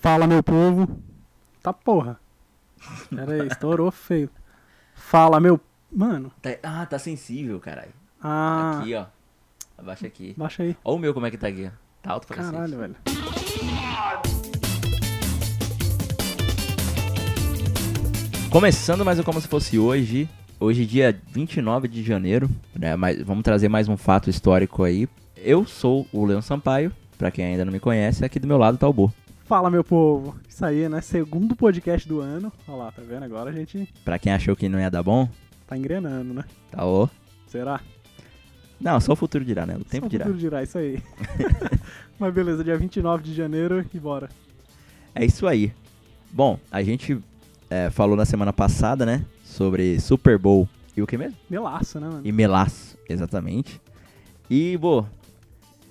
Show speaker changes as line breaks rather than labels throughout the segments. Fala, meu povo. Tá porra. Pera aí, estourou feio. Fala, meu. Mano.
Tá- ah, tá sensível, caralho.
Ah.
Aqui, ó. Abaixa aqui.
Baixa aí.
Olha o meu como é que tá aqui. ó. Tá alto pra
Caralho,
cacete.
velho.
Começando mais um Como Se Fosse Hoje. Hoje, dia 29 de janeiro. Né? Mas vamos trazer mais um fato histórico aí. Eu sou o Leon Sampaio. Pra quem ainda não me conhece, aqui do meu lado tá o Bo.
Fala, meu povo. Isso aí, né? Segundo podcast do ano. Olha lá, tá vendo? Agora a gente
Pra quem achou que não ia dar bom,
tá engrenando, né?
tá o...
Será?
Não, só o futuro dirá, né? O tempo
Só o
dirá.
futuro dirá isso aí. Mas beleza, dia 29 de janeiro e bora.
É isso aí. Bom, a gente é, falou na semana passada, né? Sobre Super Bowl e o que mesmo?
Melaço, né, mano?
E Melaço, exatamente. E, pô,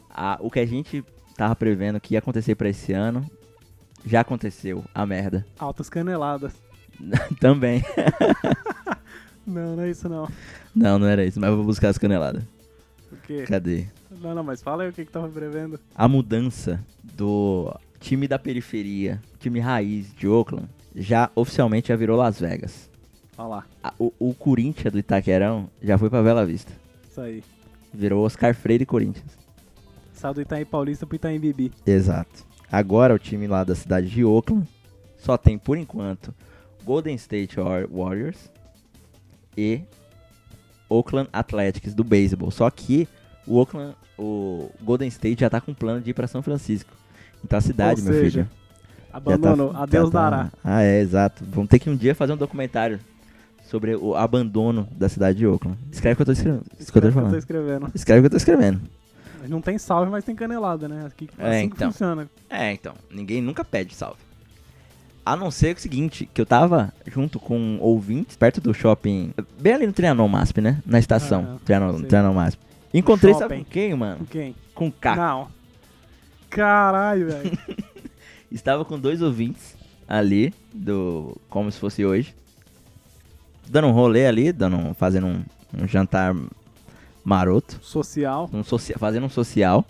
a- o que a gente tava prevendo que ia acontecer pra esse ano, já aconteceu, a merda.
Altas caneladas.
Também.
Não, não é isso não.
Não, não era isso, mas eu vou buscar as caneladas.
O quê?
Cadê?
Não, não, mas fala aí o que que tava prevendo.
A mudança do time da periferia, time raiz de Oakland, já oficialmente já virou Las Vegas.
Olha lá,
A- o, o Corinthians do Itaquerão já foi pra Bela Vista.
isso aí.
Virou Oscar Freire e Corinthians.
Saiu do Itaim Paulista pro Itaim Bibi.
Exato. Agora o time lá da cidade de Oakland só tem, por enquanto, Golden State War- Warriors e Oakland Athletics do beisebol. Só que o Oakland, o Golden State já tá com plano de ir pra São Francisco. Então a cidade,
Ou
meu
seja,
filho. já tá-
Abandono,
já
adeus
tá-
dará.
Ah, é, exato. Vamos ter que um dia fazer um documentário sobre o abandono da cidade de Oakland. Escreve o que eu tô escrevendo. Isso que eu
Escreve
tô
o que eu tô
falando.
escrevendo.
Escreve o que eu tô escrevendo.
Não tem salve, mas tem canelada, né? Aqui, assim
É,
que
então.
funciona.
É, então, ninguém nunca pede salve. A não ser o seguinte, que eu tava junto com ouvintes perto do shopping, bem ali no Trianon MASP, né? Na estação,
Ah,
Trianon,
sei.
Trianon MASP. Encontrei, sabe
Shopping.
com quem,
Com
mano?
quem?
Com o Caco.
Não. Caralho, velho.
Estava com dois ouvintes ali, do como se fosse hoje. Dando um rolê ali, dando, um- fazendo um, um jantar maroto,
Social.
um socia- fazendo um social.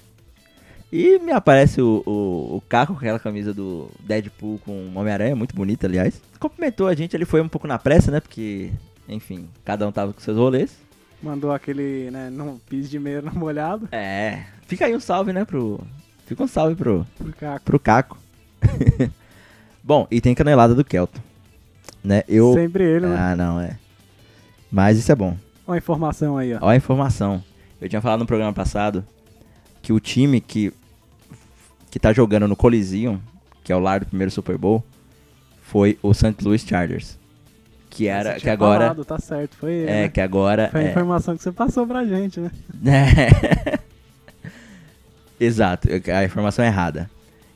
E me aparece o, o, o Caco com aquela camisa do Deadpool com o Homem-Aranha, muito bonita, aliás. Cumprimentou a gente, ele foi um pouco na pressa, né? Porque, enfim, cada um tava com seus rolês.
Mandou aquele, né? Não pis de meio na molhado.
É, fica aí um salve, né? Pro, fica um salve pro,
Pro Caco.
pro Caco. Bom, e tem canelada do Kelton, né? Eu...
Sempre ele, né?
Ah, não, é. Mas isso é bom.
Olha a informação aí, ó.
Olha a informação. Eu tinha falado no programa passado que o time que, que tá jogando no Coliseum, que é o lar do primeiro Super Bowl, foi o St. Louis Chargers. Que era.
Você
Que
tinha
agora.
falado, tá certo, foi ele.
é,
né?
que agora.
Foi a
é.
informação que você passou pra gente, né?
Exato, a informação é errada.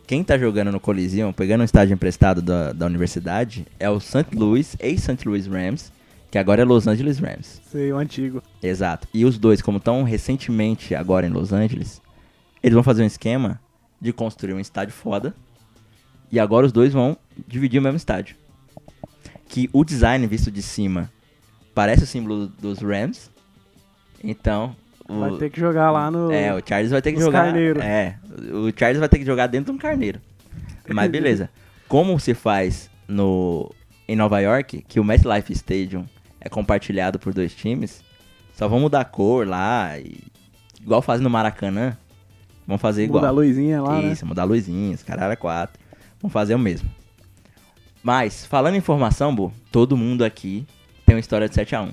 Quem tá jogando no Coliseum, pegando um estágio emprestado da, da universidade, é o St. Louis, ex-St. Louis Rams, que agora é Los Angeles Rams.
Sei, o antigo.
Exato. E os dois, como estão recentemente agora em Los Angeles, eles vão fazer um esquema de construir um estádio foda. E agora os dois vão dividir o mesmo estádio. Que o design visto de cima parece o símbolo dos Rams. Então, o,
Vai ter que jogar lá no.
é, o Charles vai ter que
nos
jogar.
carneiro.
É, o Charles vai ter que jogar dentro de um carneiro. Mas beleza. Como se faz no em Nova York, que o MetLife Stadium é compartilhado por dois times, só vão mudar a cor lá e igual fazem no Maracanã, vão fazer é igual.
Muda a luzinha lá, né?
Isso, mudar a luzinha, os caralho é quatro. Vão fazer o mesmo. Mas, falando em informação, Bu, todo mundo aqui tem uma história de 7x1.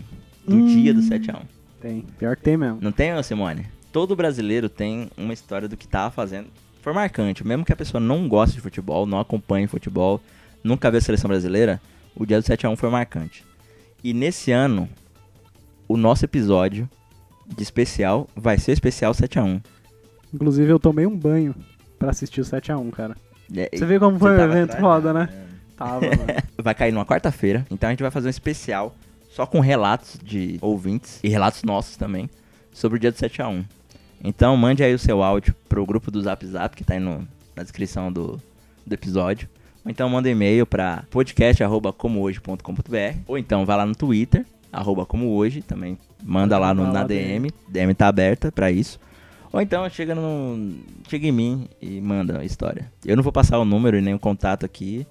Do
Hum.
dia do 7x1.
Tem. Pior que tem mesmo.
Não tem, ô Simone? Todo brasileiro tem uma história do que tava fazendo. Foi marcante. Mesmo que a pessoa não goste de futebol, não acompanhe futebol, nunca viu a seleção brasileira, o dia do 7x1 foi marcante. E nesse ano, o nosso episódio de especial vai ser o especial 7x1.
Inclusive, eu tomei um banho pra assistir o 7x1, cara.
É,
Você viu como foi
você
um
tava
evento
atrás, É.
foda, né? Tava, mano.
vai cair numa quarta-feira, então a gente vai fazer um especial só com relatos de ouvintes e relatos nossos também sobre o dia do 7 a 1 Então mande aí o seu áudio pro grupo do Zap Zap, que tá aí no- na descrição do, do episódio. Ou então manda um e-mail pra podcast.comohoje.com.br ou então vai lá no Twitter, arroba como hoje, também manda lá no,
Manda
na
lá
DM, DM tá aberta pra isso. Ou então chega, no, chega em mim e manda a história. Eu não vou passar o número e nem o contato aqui,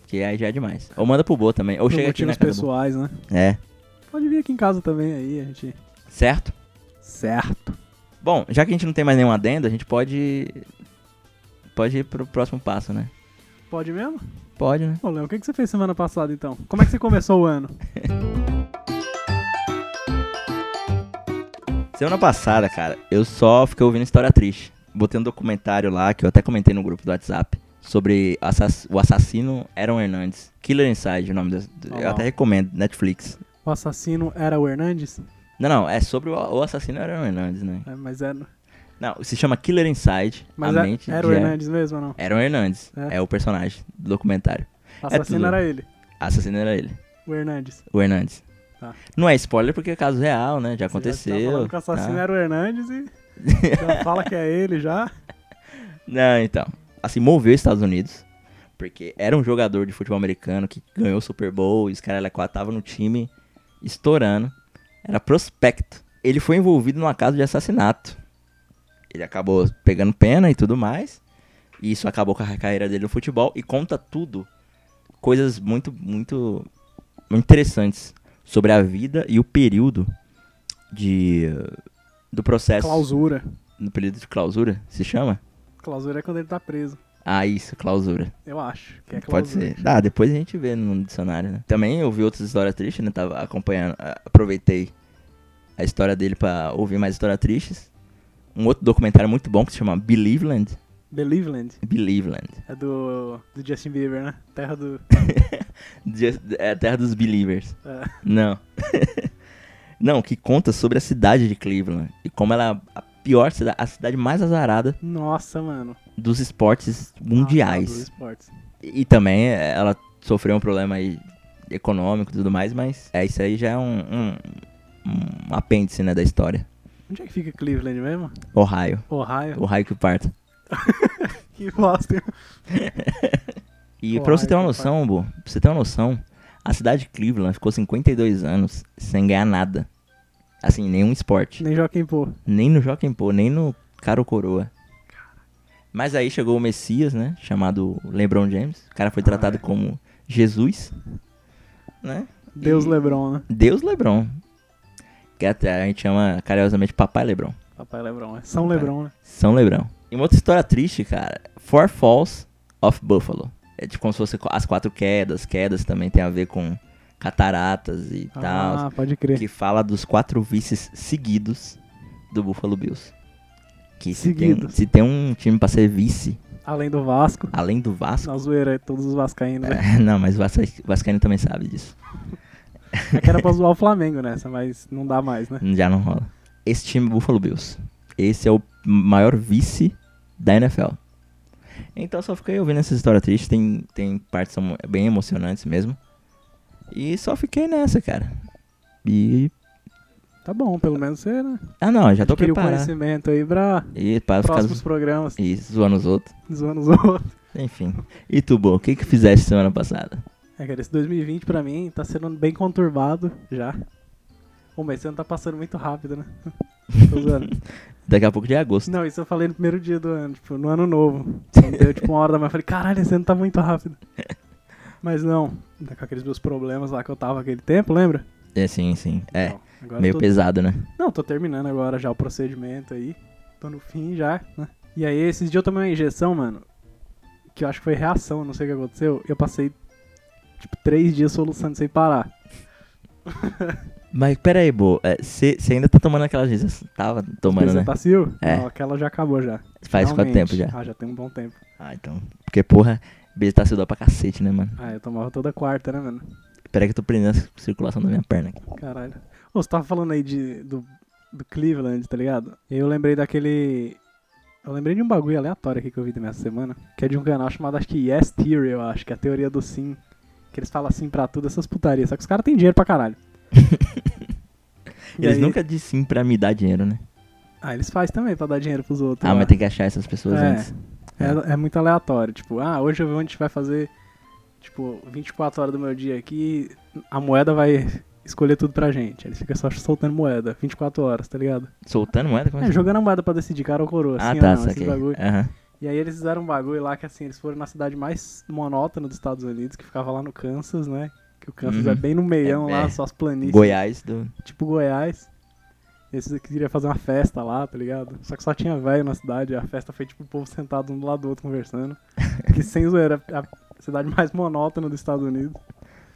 porque aí já é demais. Ou manda pro Bo também. Ou
Por
chega aqui Tá na
motivos
casa do Bo.
pessoais, né?
É,
Pode vir aqui em casa também aí, a gente.
certo?
Certo.
Bom, já que a gente não tem mais nenhum adendo, a gente pode pode ir pro próximo passo, né?
Pode mesmo?
Pode, né?
Ô, Léo, o que, que você fez semana passada então? Como é que você começou o ano?
Semana passada, cara, eu só fiquei ouvindo história triste. Botei um documentário lá, que eu até comentei no grupo do WhatsApp, sobre assass- o assassino Aaron Hernandes. Killer Inside, o nome desse.
Ah,
eu
lá.
até recomendo, Netflix.
O assassino era o Hernandes?
Não, não, é sobre o, o assassino Aaron Hernandes, né?
É, mas era,
Não, se chama Killer Inside.
mas
a
é-
mente
era o
de
Hernandes mesmo ou não?
Aaron Hernandes. É.
É.
o personagem do documentário.
O assassino
tudo.
era ele,
Assassino era ele,
o Hernandes.
o Hernandes.
Tá.
Não é spoiler porque é caso real, né? Já
Você já tá
aconteceu.
falando que o assassino
tá?
era o Hernandes e já fala que é ele já.
Não, então. Assim, moveu os Estados Unidos. Porque era um jogador de futebol americano que ganhou o Super Bowl e os caras lá quatro tava no time estourando. Era prospecto. Ele foi envolvido numa casa de assassinato. Ele acabou pegando pena e tudo mais. E isso acabou com a carreira dele no futebol. E conta tudo. Coisas muito, muito interessantes sobre a vida e o período de, do processo.
Clausura.
No período de clausura, se chama?
Clausura é quando ele tá preso,
Ah, isso, clausura.
eu acho. Que é
Pode
clausura.
ser. Dá, depois a gente vê no dicionário, né? Também eu vi outras histórias tristes, né? Tava acompanhando, a- aproveitei a história dele pra ouvir mais histórias tristes. Um outro documentário muito bom que se chama Believeland.
Believeland.
Believeland.
É do, do Justin Bieber, né? Terra do.
Just- é a terra dos believers.
é,
Não. Não, que conta sobre a cidade de Cleveland e como ela é a pior cidade, a cidade mais azarada
Nossa, mano.
dos esportes
Ah, do
mundiais.
esportes.
E também é, ela sofreu um problema aí econômico e tudo mais, mas é isso aí já é um, um- um apêndice né, da história.
Onde é que fica Cleveland mesmo?
Ohio.
Ohio.
Ohio que parta.
Que bosta.
E pra
Ohio
você ter uma
que
noção, Bu, pra você ter uma noção, a cidade de Cleveland ficou 52 anos sem ganhar nada. Assim, nenhum esporte.
Nem Joaquim Pô.
Nem no Joaquim Pô, nem no Caro Coroa. Mas aí chegou o Messias, né? Chamado LeBron James. O cara foi
Ah,
tratado
é.
como Jesus. Né?
Deus
E-
Lebron, né?
Deus Lebron. Que até a gente chama carinhosamente Papai Lebron.
Papai Lebron, é. São
Papai.
Lebron, né?
São Lebron. E uma outra história triste, cara. Four Falls of Buffalo. É tipo como se fosse as quatro quedas. Quedas também tem a ver com cataratas e tal.
Ah, pode crer.
Tá. Que fala dos quatro vices seguidos do Buffalo Bills. Que se tem,
Seguidos.
se tem um time pra ser vice,
Além do Vasco.
além do Vasco.
Na zoeira, é todos os vascaínos. né?
É, não, mas o Vasca- Vascaíno também sabe disso.
É que era pra zoar o Flamengo nessa, mas não dá mais, né?
Já não rola. Esse time Buffalo Bills. Esse é o maior vice da NFL. Então só fiquei ouvindo essa história triste. Tem, tem partes emo- bem emocionantes mesmo. E só fiquei nessa, cara. E.
Tá bom, pelo menos você, né?
Ah não, já tô
Adquiriu
preparado.
conhecimento aí pra
E para ficar
próximos
zo-
programas,
e zoando os outros.
zoando os outros.
Enfim. E tu, Bo, o que que fizeste semana passada?
É, cara, esse 2020 pra mim tá sendo bem conturbado já. Pô, mas esse ano tá passando muito rápido, né? Tô zoando.
Daqui a pouco já é agosto.
Não, isso eu falei no primeiro dia do ano, tipo, no ano novo. Quando deu tipo uma hora da manhã, eu falei, caralho, esse ano tá muito rápido. Mas não, tá com aqueles meus problemas lá que eu tava aquele tempo, lembra?
É, sim, sim. É,
Não, agora
meio
eu tô...
pesado, né?
Não, tô terminando agora já o procedimento aí. Tô no fim já, né? E aí, esses dias eu tomei uma injeção, mano, que eu acho que foi reação, não sei o que aconteceu. Eu passei, tipo, três dias soluçando sem parar.
Mas pera aí, Bo, você ainda tá tomando aquelas vezes? Tava tomando, né?
Desentacil?
É.
tá Não, aquela já acabou já.
Faz quanto
Finalmente.
tempo já?
Ah, já tem um bom tempo.
Ah, então. Porque, porra, Bezetacil dá pra cacete, né, mano?
Ah, eu tomava toda quarta, né, mano?
Peraí que eu tô prendendo a circulação da minha perna aqui.
Caralho. Ô, você tava falando aí de, do, do Cleveland, tá ligado? E eu lembrei daquele. Eu lembrei de um bagulho aleatório aqui que eu vi também essa semana, que é de um canal chamado, acho que Yes Theory, eu acho, que é a teoria do sim. Que eles falam assim pra tudo, essas putarias. Só que os caras têm dinheiro pra caralho. E
Eles
aí-
nunca dizem sim pra me dar dinheiro, né?
Ah, eles fazem também pra dar dinheiro pros outros.
Ah,
Tá lá.
mas tem que achar essas pessoas
É.
antes.
É, é muito aleatório. Tipo, ah, hoje eu vou- a gente vai fazer, tipo, 24 horas do meu dia aqui, a moeda vai escolher tudo pra gente. Eles ficam só soltando moeda 24 horas, tá ligado?
Soltando moeda? Como
É,
assim?
jogando a moeda pra decidir cara ou coroa,
Ah,
assim
tá,
ou não, esses
saquei.
bagulho.
Aham.
E aí eles fizeram um bagulho lá que assim, eles foram na cidade mais monótona dos Estados Unidos, que ficava lá no Kansas, né? Que o Kansas
Uhum.
é bem no meião
É,
lá,
é.
só as planícies.
Goiás do.
Tipo Goiás. Eles queriam fazer uma festa lá, tá ligado? Só que só tinha velho na cidade, e a festa foi tipo o povo sentado um do lado do outro conversando. que sem zoeira, é a cidade mais monótona dos Estados Unidos. Tipo,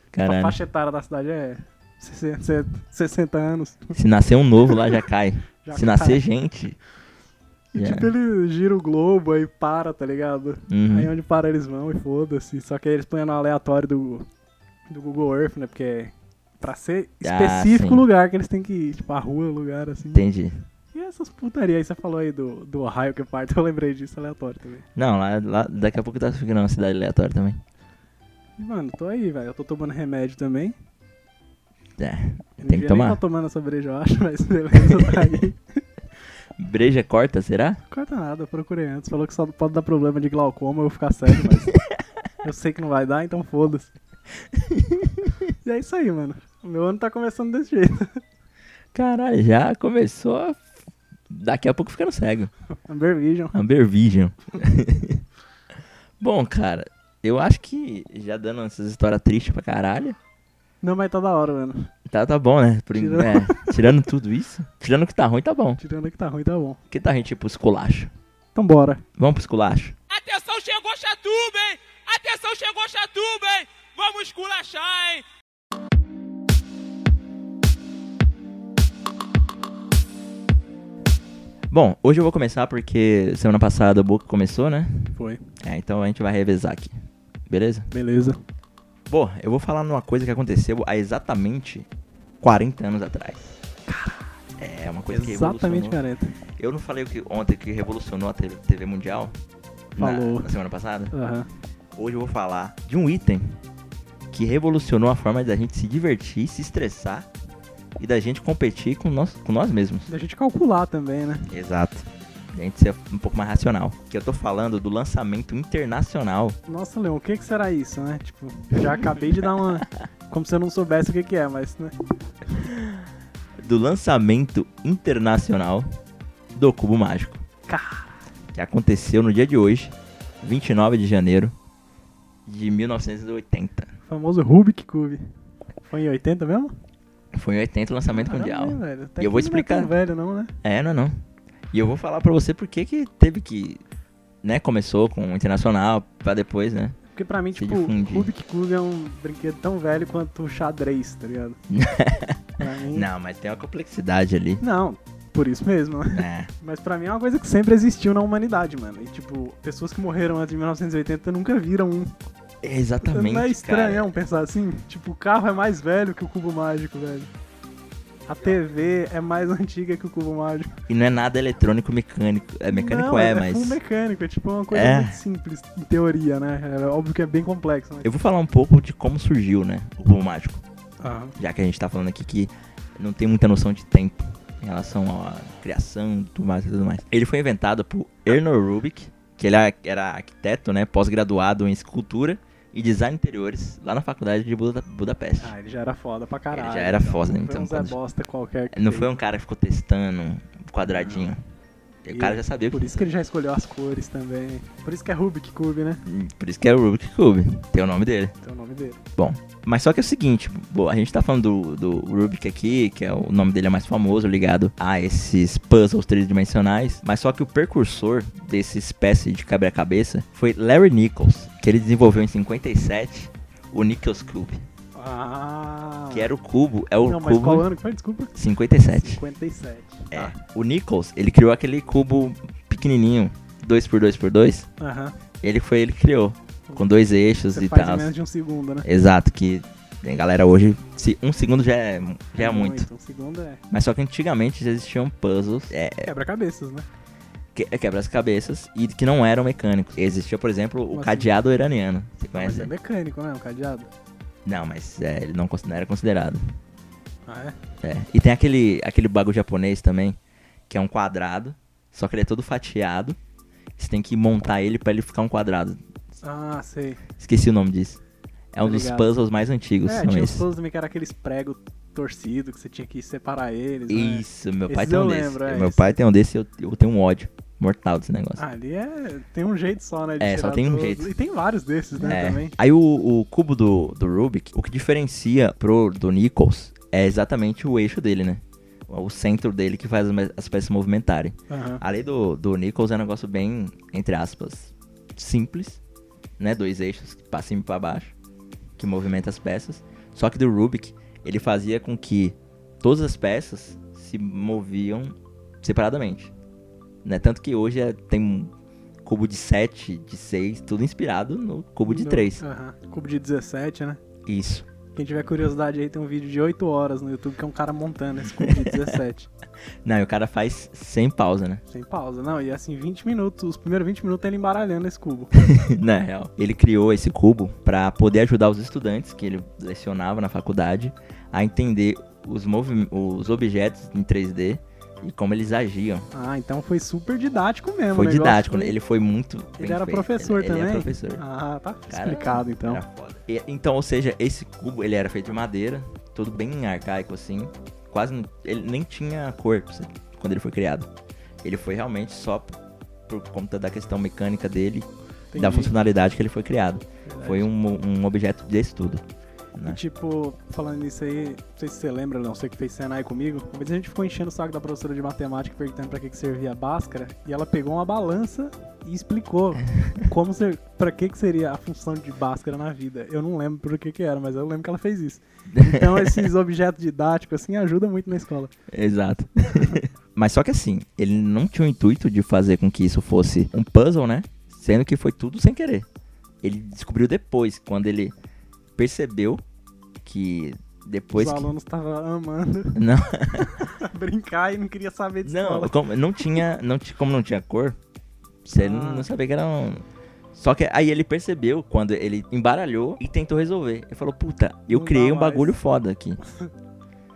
A
Caralho.
faixa etária da cidade é 60, 60 anos.
Se nascer um novo lá já cai.
Já
Se nascer
cai.
gente.
E
já-
tipo, ele gira o globo aí para, tá ligado?
Uhum.
Aí onde para eles vão e foda-se. Só que aí eles põem no aleatório do, do Google Earth, né? Porque é pra ser
Ah,
específico
sim.
o lugar que eles têm que ir, tipo, a rua, lugar assim.
Entendi.
E essas putaria aí, você falou aí do, do Ohio que parte, eu lembrei disso aleatório também.
Não, lá, lá- daqui a pouco tá ficando uma cidade aleatória também.
E, mano, tô aí, velho. Eu tô tomando remédio também.
É.
Eu
Tem que tomar.
Nem tá tomando essa breja, eu acho, mas beleza, tá aí.
Breja corta, será?
Não corta nada, eu procurei antes. Falou que só pode dar problema de glaucoma, eu vou ficar sério, mas. eu sei que não vai dar, então foda-se. e é isso aí, mano. O meu ano tá começando desse jeito.
Caralho, já começou a... Daqui a pouco ficando cego.
Amber Vision.
Amber Vision. Bom, cara, eu acho que já dando essas histórias tristes pra caralho.
Não, mas tá da hora, mano.
Tá, tá bom, né? Por en-
Tirando-
é, tirando tudo isso. Tirando o que tá ruim, tá bom.
Tirando que tá ruim, tá bom.
O que tá ruim, tipo, esculacho.
Então bora.
Vamos pro esculacho.
Atenção, chegou Chatuba, hein? Atenção, chegou Chatuba, hein? Vamos esculachar, hein?
Bom, hoje eu vou começar porque semana passada o Boca começou, né?
Foi.
É, então a gente vai revezar aqui. Beleza?
Beleza.
Bom, eu vou falar numa coisa que aconteceu há exatamente 40 anos atrás. É, uma coisa que
Exatamente,
revolucionou.
careta.
Eu não falei o que ontem que revolucionou a TV, TV mundial? Na-
Falou.
na semana passada?
Aham.
Hoje eu vou falar de um item que revolucionou a forma da gente se divertir, se estressar e da gente competir com nós, com nós mesmos.
Da gente calcular também, né?
Exato. A gente ser um pouco mais racional. Que eu tô falando do lançamento internacional.
Nossa, Leon, o que que será isso, né? Tipo, já acabei de dar uma. Como se eu não soubesse o que que é, mas, né?
Do lançamento internacional do Cubo Mágico. Que aconteceu no dia de hoje, 29 de janeiro de 1980.
O famoso Rubik Cube. Foi em 80 mesmo?
Foi o 80 lançamento mundial.
Caramba, velho. Até
E eu vou
que não é tão
explicar.
velho, não, né?
É, não é não. E eu vou falar pra você por que que teve que... Né, começou com o internacional, pra depois, né?
Porque pra mim,
Se
tipo,
difundir.
Rubik Cube é um brinquedo tão velho quanto o xadrez, tá ligado? pra mim.
Não, mas tem uma complexidade ali.
Não, por isso mesmo, né?
É,
Mas pra mim é uma coisa que sempre existiu na humanidade, mano. E, tipo, pessoas que morreram antes de 1980 nunca viram um.
exatamente,
Não é
cara.
estranhão pensar assim? Tipo, o carro é mais velho que o cubo mágico, velho. A TV é mais antiga que o cubo mágico.
E não é nada eletrônico mecânico. É mecânico
Não,
é,
É full
mas.
mecânico, é tipo uma coisa
É.
muito simples, em teoria, né? É óbvio que é bem complexo, mas...
Eu vou falar um pouco de como surgiu, né? O cubo mágico.
Ah,
Já que a gente tá falando aqui que não tem muita noção de tempo em relação à criação tudo mais e tudo mais. Ele foi inventado por Erno Rubik, que ele é, era arquiteto, né? Pós-graduado em escultura e design interiores lá na faculdade de Buda- Budapeste.
ah, ele já era foda pra caralho.
Ele já era foda, né?
Não foi
Então,
um Zé
quando-
Bosta qualquer. que
Não
fez.
foi um cara que ficou testando um quadradinho. O cara já sabia o que
Ah. Por isso que ele já escolheu as cores também. Por isso que é Rubik Cube, né?
Por isso que é o Rubik Cube, tem o nome dele.
Tem o nome dele.
Bom, mas só que é o seguinte, bo- a gente tá falando do, do Rubik aqui, que é o nome dele é mais famoso, ligado a esses puzzles tridimensionais, mas só que o precursor dessa espécie de quebra-cabeça foi Larry Nichols, que ele desenvolveu em 57 o Nichols Cube,
Ah...
que era o cubo, é o
Não, mas qual
cubo
ano que foi? Desculpa.
57.
57.
É.
Tá.
O Nichols, ele criou aquele cubo pequenininho, 2x2x2,
Aham.
ele foi ele que criou, com dois eixos
Você
e
faz
tal.
em menos de um segundo, né?
Exato, que a galera hoje, se um segundo já é, já é muito.
Um segundo é
Mas só que antigamente já existiam puzzles, é,
quebra-cabeças, né?
que, quebra-cabeças, e que não eram mecânicos. Existia, por exemplo, o
Como assim?
cadeado iraniano. Você
Mas
conhece?
é mecânico, né? Um cadeado.
Não, mas é, ele não, cons- não era considerado.
Ah, é?
É. E tem aquele, aquele bagulho japonês também, que é um quadrado, só que ele é todo fatiado. Você tem que montar ele pra ele ficar um quadrado.
Ah, sei.
Esqueci o nome disso. É um
Tá
dos
ligado.
puzzles mais antigos.
é,
são
tinha os
esses.
puzzles também que era aqueles pregos torcido, que você tinha que separar eles. né?
Isso, meu pai
Esses
tem um
eu
desse.
lembro, é,
meu
esse-
pai tem um desse e eu, eu tenho um ódio mortal desse negócio.
Ah, ali é. Tem um jeito só, né? De
É, só
tirar
tem um
todos.
jeito.
E tem vários desses, né?
É.
Também.
Aí o, o cubo do, do Rubik, o que diferencia pro do Nichols é exatamente o eixo dele, né? O centro dele que faz as me- as peças se movimentarem.
Aham.
A lei do, do Nichols é um negócio bem, entre aspas, simples, né? Dois eixos, pra cima e pra baixo, que movimenta as peças. Só que do Rubik, ele fazia com que todas as peças se moviam separadamente. Né? Tanto que hoje é- tem um cubo de 7, de 6, tudo inspirado no cubo de
No-
3.
Aham. Cubo de 17, né?
Isso.
Quem tiver curiosidade aí, tem um vídeo de 8 horas no YouTube que é um cara montando esse cubo de 17.
Não, e o cara faz sem pausa, né?
Sem pausa. Não, e assim, 20 minutos. Os primeiros 20 minutos é ele embaralhando esse cubo.
Na real. Ele criou esse cubo pra poder ajudar os estudantes que ele lecionava na faculdade a entender os, movi- os objetos em 3D e como eles agiam.
Ah, então foi super didático mesmo.
foi
o É um negócio.
didático, né? ele foi muito.
Ele
bem
era
feito.
professor
ele, Ele
também?
era professor.
Ah, tá
Cara,
explicado então.
Era foda. E- então, ou seja, esse cubo ele era feito de madeira, tudo bem arcaico assim, quase não- ele nem tinha corpo assim, quando ele foi criado. Ele foi realmente só por conta da questão mecânica dele, da
Entendi.
funcionalidade que ele foi criado.
Verdade.
Foi um, um objeto de estudo. né?
E, tipo, falando nisso aí, não sei se você lembra, não sei que fez Senai comigo. Uma vez a gente ficou enchendo o saco da professora de matemática perguntando pra que, que servia a báscara, e ela pegou uma balança e explicou como ser, pra que, que seria a função de báscara na vida. Eu não lembro por que, que era, mas eu lembro que ela fez isso. Então esses objetos didáticos, assim, ajudam muito na escola.
Exato. Mas só que assim, ele não tinha o intuito de fazer com que isso fosse um puzzle, né? Sendo que foi tudo sem querer. Ele descobriu depois, quando ele percebeu que depois
Os
que...
alunos estavam amando
Não,
brincar e não queria saber de
não,
escola.
como não tinha, não ti- como não tinha cor, você
Ah.
não não sabia que era um Só que aí ele percebeu quando ele embaralhou e tentou resolver. Ele falou: "Puta, eu
Não dá
criei um
mais.
bagulho foda aqui".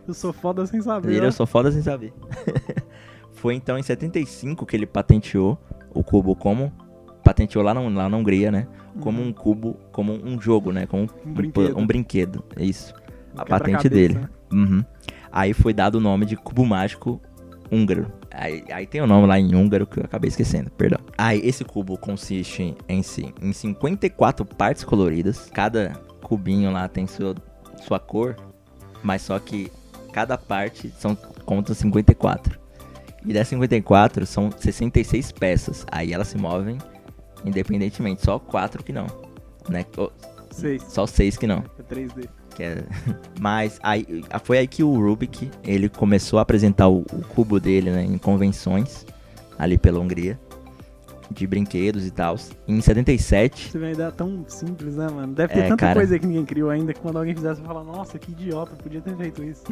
Eu sou foda sem saber.
Ele é eu sou foda sem saber. Foi então em 75 que ele patenteou o cubo como. Patenteou lá na, lá na Hungria, né? Como um cubo, como um jogo, né? Como
Um
um,
brinquedo.
brinquedo. um brinquedo. É isso.
Um
a patente
quebra-cabeça,
dele.
né?
Uhum. Aí foi dado o nome de cubo mágico húngaro. Aí, aí tem o nome lá em húngaro que eu acabei esquecendo, perdão. Aí esse cubo consiste em si em 54 partes coloridas. Cada cubinho lá tem sua, sua cor, mas só que cada parte são conta 54. E das 54 são 66 peças. Aí elas se movem independentemente, só quatro que não, né? Ou-
Seis.
Só seis que não.
É 3D.
Que é- Mas aí, foi aí que o Rubik ele começou a apresentar o, o cubo dele né, em convenções ali pela Hungria de brinquedos e tal. Em 77
Você vê uma ideia é tão simples, né, mano? Deve ter
É,
tanta
cara.
coisa que ninguém criou ainda que quando alguém fizesse, você falar, nossa, que idiota, podia ter feito isso.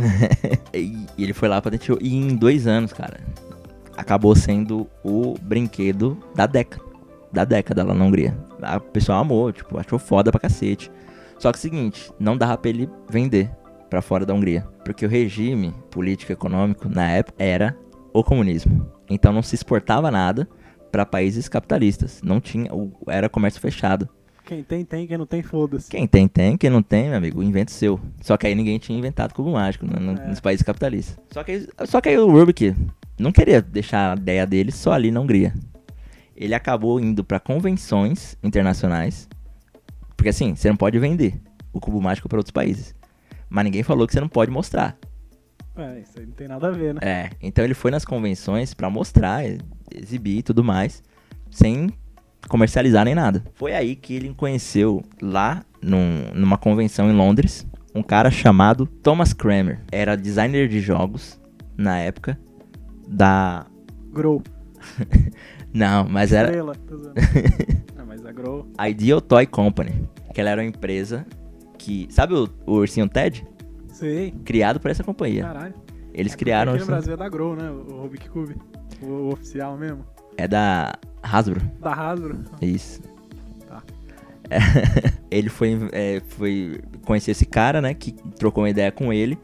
e- e ele foi lá patenteou e em dois anos, cara, acabou sendo o brinquedo da década, da década lá na Hungria. A- O pessoal amou, tipo, achou foda pra cacete. Só que é o seguinte, não dava pra ele vender pra fora da Hungria, porque o regime político e econômico na época era o comunismo. Então não se exportava nada pra países capitalistas. Não tinha, o- era comércio fechado.
Quem tem, tem, quem não tem, foda-se.
Quem tem, tem. Quem não tem, meu amigo, inventa o seu. Só que aí ninguém tinha inventado cubo mágico né, no-
É.
nos países capitalistas. Só que, aí- só que aí o Rubik não queria deixar a ideia dele só ali na Hungria. Ele acabou indo pra convenções internacionais. Porque assim, você não pode vender o cubo mágico pra outros países. Mas ninguém falou que você não pode mostrar.
É, isso aí não tem nada a ver, né?
É, então ele foi nas convenções pra mostrar, e- exibir e tudo mais, sem comercializar nem nada. Foi aí que ele conheceu, lá num- numa convenção em Londres, um cara chamado Thomas Kramer. Era designer de jogos na época da.
Grow,
Não, É. mas era
estrela. Tô zoando. ah, mas a Grow,
Ideal Toy Company, que ela era uma empresa que. Sabe o, o ursinho Ted?
sei,
Criado por essa companhia.
caralho.
Eles
Aqui-
criaram.
Aqui no
assim,
Brasil é da Grow, né? O Rubik Cube. O, o oficial mesmo.
É da Hasbro.
Da Hasbro.
Isso.
Tá.
ele foi, é, foi conhecer esse cara, né? Que trocou uma ideia com ele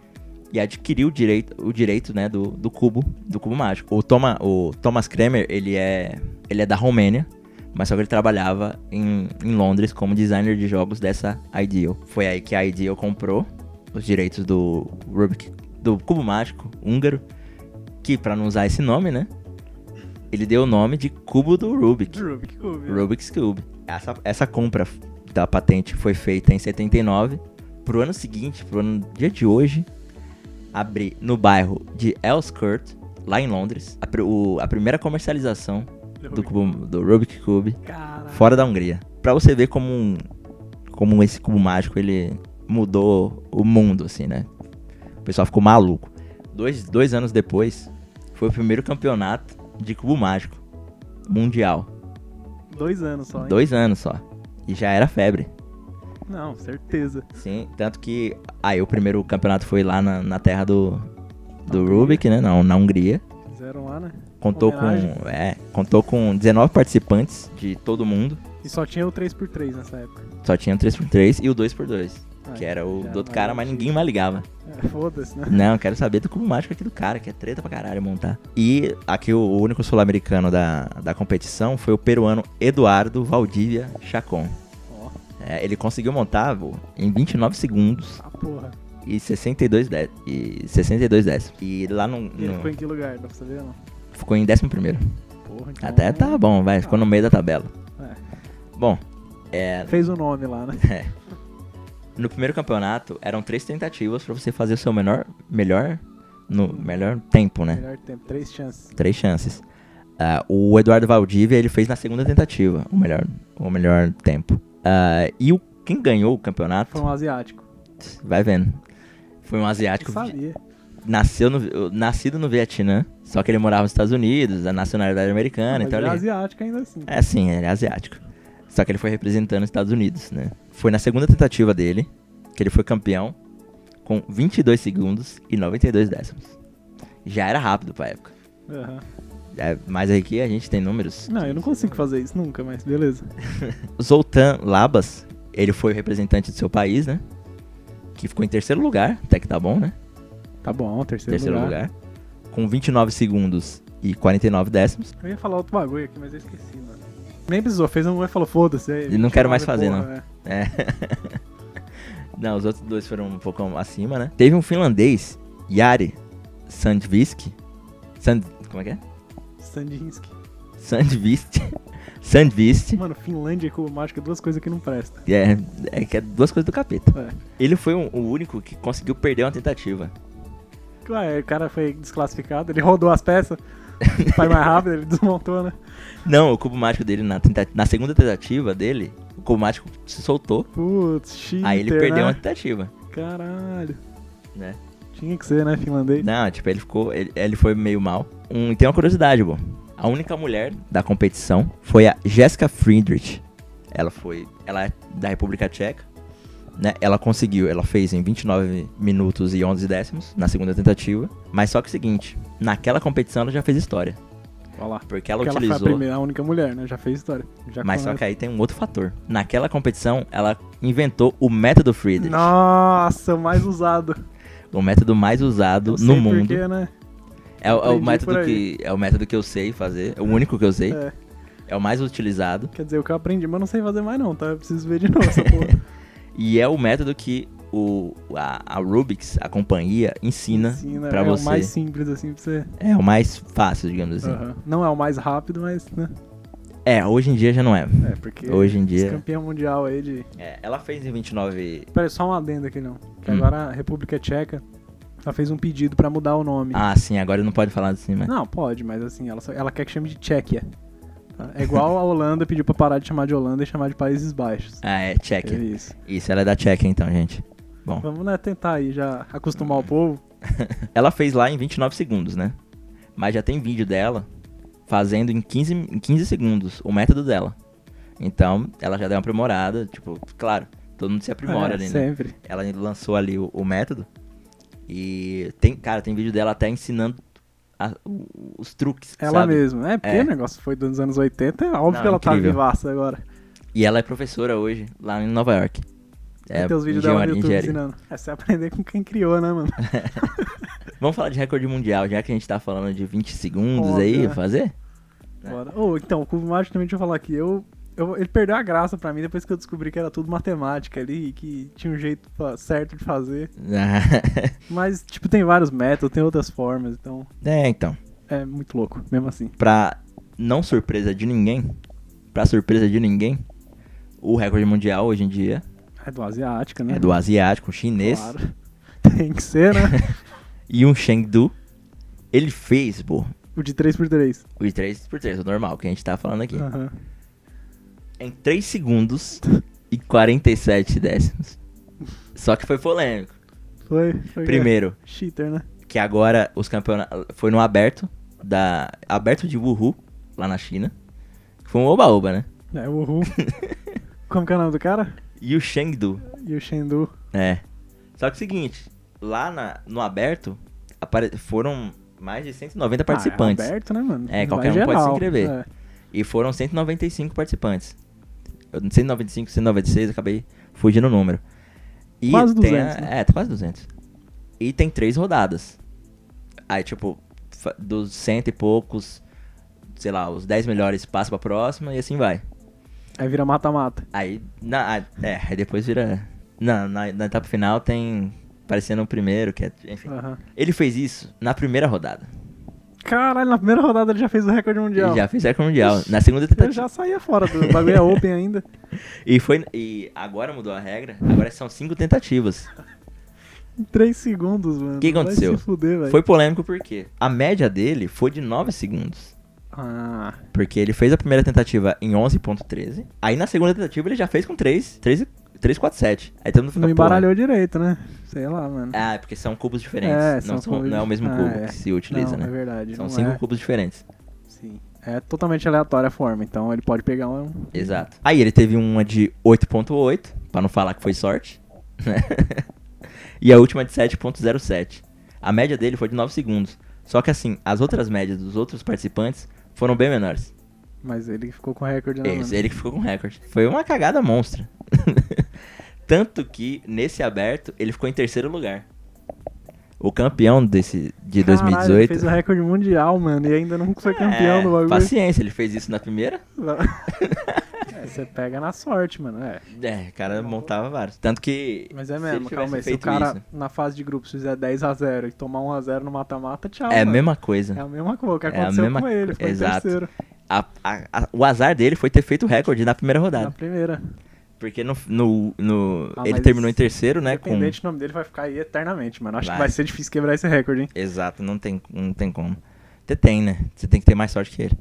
e adquiriu o direito, o direito né, do, do cubo, do cubo mágico. O, Toma, o Thomas Kramer, ele é, ele é da Romênia, mas só que ele trabalhava em, em Londres como designer de jogos dessa Ideal. Foi aí que a Ideal comprou os direitos do Rubik, do Cubo Mágico húngaro, que pra não usar esse nome, né? Ele deu o nome de Cubo do Rubik.
Rubik Cube.
Rubik's Cube. Essa, essa compra da patente foi feita em 79. Pro ano seguinte, pro ano, dia de hoje, abri no bairro de Elskurt, lá em Londres, a, pri- o- a primeira comercialização do, cubo, do Rubik Cube
Caralho.
fora da Hungria. Pra você ver como, um- como esse cubo mágico ele mudou o mundo, assim, né? O pessoal ficou maluco. Dois, dois anos depois, foi o primeiro campeonato de cubo mágico mundial.
Dois anos só, hein?
Dois anos só. E já era febre.
Não, certeza.
Sim, tanto que aí o primeiro campeonato foi lá na, na terra do, do Rubik, né? Não, na Hungria.
Fizeram lá, né?
Contou
Homenagem.
com, é, contou com 19 participantes de todo mundo.
E só tinha o 3x3 nessa época.
Só tinha um o 3x3 e o 2x2,
Ah,
que era o
já
do outro
mais
cara, mas
antigo.
ninguém mais ligava.
É, Foda-se, né?
Não, eu quero saber do cubo mágico aqui do cara, que é treta pra caralho montar. E aqui o o único sul-americano da, da competição foi o peruano Eduardo Valdívia Chacon.
Ó,
É, ele conseguiu montar vô, em 29 segundos
a porra.
e 62 dé- e 62 décimos. E lá no,
E ele
no-
ficou em que lugar? Dá pra saber, não?
ficou em 11 primeiro.
Porra, então... Ah,
Até tá bom, vai, ficou no meio da tabela. Bom, é,
Fez o nome lá, né?
no primeiro campeonato eram três tentativas pra você fazer o seu menor, melhor, no melhor tempo, né?
Melhor tempo. Três chances.
Três chances. Ah, o Eduardo Valdívia ele fez na segunda tentativa o melhor, o melhor tempo. Ah, e o quem ganhou o campeonato,
Foi um asiático.
vai vendo. Foi um asiático
Eu sabia.
nasceu no, nascido no Vietnã, só que ele morava nos Estados Unidos, a nacionalidade americana,
Mas
então
ele é
ele...
asiático ainda assim.
É, sim, ele é asiático. Só que ele foi representando os Estados Unidos, né? Foi na segunda tentativa dele que ele foi campeão com 22 segundos e 92 décimos. Já era rápido pra época.
Aham.
É, mas aqui a gente tem números.
Não, eu não consigo fazer isso nunca, mas beleza.
Zoltan Labas, ele foi o representante do seu país, né? Que ficou em terceiro lugar, até que tá bom, né?
Tá bom, terceiro,
Terceiro lugar. Com 29 segundos e 49 décimos.
Eu ia falar outro bagulho aqui, mas eu esqueci, mano. Nem precisou, fez um e falou, foda-se. aí,
E não quero
29,
mais fazer,
porra,
não.
né?
É. Não, os outros dois foram um pouco acima, né? Teve um finlandês, Yari Sandvisk. Sand... Como é que é?
Sandinski.
Sandvist. Sandvist.
Mano, Finlândia e Cuba Mágica, é duas coisas que não prestam.
É, é que é duas coisas do capeta.
É.
Ele foi um- o único que conseguiu perder uma tentativa.
Ué, o cara foi desclassificado, ele rodou as peças, foi mais rápido, ele desmontou, né?
Não, o cubo mágico dele, na, tenta- na segunda tentativa dele, o cubo mágico se soltou.
Putz, cheater,
Aí ele perdeu
né?
uma tentativa,
Caralho.
né?
Tinha que ser, né, finlandês?
Não, tipo, ele ficou. Ele, ele foi meio mal. Um, e tem uma curiosidade, bom. A única mulher da competição foi a Jessica Friedrich. Ela foi. Ela é da República Tcheca. Né? Ela conseguiu, ela fez em 29 minutos e 11 décimos na segunda tentativa. Mas só que é o seguinte, naquela competição ela já fez história.
Olha lá.
Porque ela
Porque ela foi a
utilizou.
primeira, a única mulher, né? Já fez história. Já
mas só
começa.
que aí tem um outro fator. Naquela competição, ela inventou o método Friedrich.
Nossa, o mais usado.
O método mais usado
Eu
no
sei
mundo.
Porquê, né?
É, o- é o
Aprendi por
método
aí.
que, é o método que eu sei fazer, é o único que eu sei,
É,
é o mais utilizado
quer dizer, o que eu aprendi, mas eu não sei fazer mais não, tá? Eu preciso ver de novo essa porra.
e é o método que o, a, a Rubix, a companhia, ensina,
Sim, né?
pra
é
você.
o mais simples, assim, pra você...
É o mais fácil, digamos assim.
Aham. Não é o mais rápido, mas, né?
É, hoje em dia já não é.
É, porque...
Hoje em
Esse
dia.
campeão mundial aí de...
É, ela fez em 29.
Pera aí, só um adendo aqui não. Que
Hum.
agora a República Tcheca, ela fez um pedido pra mudar o nome.
Ah, sim, agora não pode falar assim, mas.
Não, pode, mas assim, ela, só- ela quer que chame de Tchequia. tá? É igual a Holanda pediu pra parar de chamar de Holanda e chamar de Países Baixos.
Ah, é,
É
Tchequia.
isso.
Isso, ela é da Tchequia então, gente. Bom.
Vamos né, tentar aí já acostumar o povo.
Ela fez lá em 29 segundos, né? Mas já tem vídeo dela fazendo em 15, em 15 segundos o método dela. Então, ela já deu uma aprimorada, tipo, claro, todo mundo se aprimora
É,
ali, né?
Sempre.
Ela lançou ali o, o método. E tem, cara, tem vídeo dela até ensinando a- o- os truques.
Ela
sabe?
mesma. É, porque
É.
o negócio foi dos anos 80, é óbvio
Não,
que ela
incrível.
tá vivaça agora.
E ela é professora hoje, lá em Nova York.
É, tem os vídeos dela no
engenharia-
YouTube
engenharia.
ensinando. É você aprender com quem criou, né, mano?
Vamos falar de recorde mundial, já que a gente tá falando de 20 segundos
Foda,
aí,
né?
fazer?
Bora. Ô, então, o Cubo Mágico também deixa eu falar aqui. Eu eu- ele perdeu a graça pra mim depois que eu descobri que era tudo matemática ali e que tinha um jeito fa- certo de fazer. Mas, tipo, tem vários métodos, tem outras formas, então
é, então.
é muito louco, mesmo assim.
Pra não surpresa de ninguém, pra surpresa de ninguém, o recorde mundial hoje em dia
É do asiático, né?
é do asiático, chinês.
Claro. Tem que ser, né?
E um Chengdu, ele fez, pô,
o de 3x3.
o 3x3, o normal que a gente tá falando aqui.
Aham.
Em 3 segundos e 47 décimos. Só que foi polêmico.
Foi, foi.
Primeiro,
é, Cheater, né?
que agora os campeonatos. Foi no aberto, da aberto de Wuhu, lá na China. Foi um oba-oba, né?
É, o Ru. Como que é o nome do cara?
E o Chengdu,
E o Shendu.
É. Só que é o seguinte, lá na- no aberto, apare- foram mais de 190 participantes.
Ah, é aberto, né, mano?
É, qualquer
Vai
um pode se
geral.
inscrever.
É.
e foram 195 participantes. Eu- 195, 196, acabei fugindo o número. E
Quase
tem
200, né?
É, tá quase 200. E tem três rodadas. Aí, tipo, fa- dos cento e poucos, sei lá, os 10 melhores passam pra próxima e assim vai.
Aí vira mata-mata.
Aí, na, ah, é, aí depois vira... Na, na, na etapa final tem... Parecendo o primeiro, que é... Enfim.
Aham.
Ele fez isso na primeira rodada.
Caralho, na primeira rodada ele já fez o recorde mundial.
Ele já fez recorde mundial. Na segunda
Ele
tentativa.
já saía fora do o bagulho é open ainda.
E, foi, e agora mudou a regra. Agora são cinco tentativas.
Em 3 segundos, mano.
O que aconteceu?
Vai se fuder, velho.
Foi polêmico porque a média dele foi de 9 segundos.
Ah,
Porque ele fez a primeira tentativa em 11.13. Aí na segunda tentativa ele já fez com 3. 3, 3 4, 7. Aí todo mundo fica,
não
"Pô,
embaralhou direito, né? Sei lá, mano.
Ah, é porque são cubos diferentes.
É,
não,
são
são- não é o
cubos-
mesmo
ah,
cubo
é.
que se utiliza,
não, É
né?
verdade.
São
não
cinco
é.
cubos diferentes.
Sim. É totalmente aleatória a forma, então ele pode pegar um.
Exato. Aí ele teve uma de 8.8, pra não falar que foi sorte. né? e a última de 7.07. A média dele foi de 9 segundos. Só que assim, as outras médias dos outros participantes foram bem menores.
Mas ele ficou com recorde na
Esse,
mano.
ele que ficou com recorde. Foi uma cagada monstra. Tanto que, nesse aberto, ele ficou em terceiro lugar. O campeão desse de
Caralho, ele
2018.
fez o recorde mundial, mano, e ainda não foi campeão
É,
do bagulho.
Paciência, ele fez isso na primeira.
É, você pega na sorte, mano. É.
É, o cara montava vários. Tanto que.
Mas é
se
mesmo,
ele
calma aí. Se
tivesse
o
feito
cara
isso-
na fase de grupos fizer 10x0 e tomar 1x0 no mata-mata, tchau.
É a
mano.
mesma coisa.
É a mesma coisa que
É a
aconteceu
mesma
com
co-
ele, ficou
exato.
em terceiro.
A- a- a- o azar dele foi ter feito o recorde na primeira
Na
rodada.
primeira.
Porque no. no- no-
Ah,
ele
mas
terminou em terceiro, né? Com...
Independente, o nome dele vai ficar aí eternamente, mano. Acho
Vai.
que vai ser difícil quebrar esse recorde, hein?
Exato, não tem, não tem como. Você tem, né? Você tem que ter mais sorte que ele.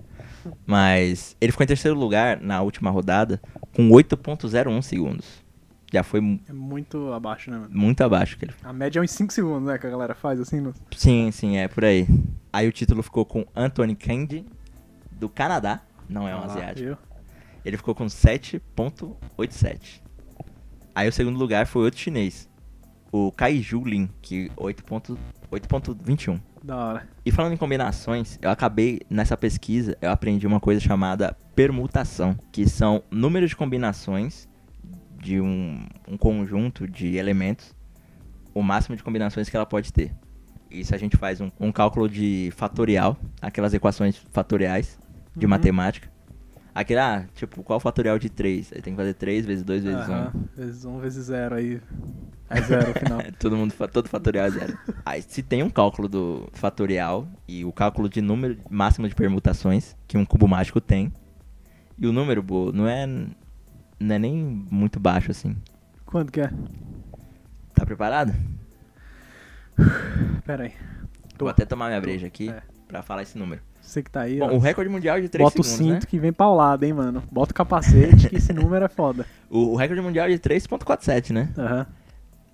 Mas ele ficou em terceiro lugar na última rodada com 8.01 segundos. Já foi mu-
É muito abaixo, né, mano?
muito abaixo que ele.
A média é uns 5 segundos, né, que a galera faz assim. No...
Sim, sim, é por aí. Aí o título ficou com Anthony Candy do Canadá, não é um
Ah,
asiático.
viu?
Ele ficou com 7.87. Aí o segundo lugar foi outro chinês, o Kaiju Lin, que 8.21.
Da hora.
E falando em combinações, eu acabei nessa pesquisa, eu aprendi uma coisa chamada permutação, que são números de combinações de um, um conjunto de elementos, o máximo de combinações que ela pode ter. Isso a gente faz um, um cálculo de fatorial, aquelas equações fatoriais de
Uhum.
matemática. Aquele, ah, tipo, qual o fatorial de 3? Aí tem que fazer 3 vezes 2 vezes 1.
Aham, Vezes 1 vezes 0 aí. É 0 no final.
Todo mundo, fa- todo fatorial é zero. Aí, se tem um cálculo do fatorial e o cálculo de número máximo de permutações que um cubo mágico tem, e o número bo, não é não é nem muito baixo assim.
Quanto que é?
Tá preparado?
Pera aí. Tô.
Vou até tomar minha breja aqui
É.
pra falar esse número.
Você que tá aí,
Bom,
ó.
o recorde mundial é de 3
Bota o
segundos,
cinto
né?
que vem paulado, hein, mano. Bota o capacete, que esse número é foda.
O, o recorde mundial é de 3.47, né?
Aham.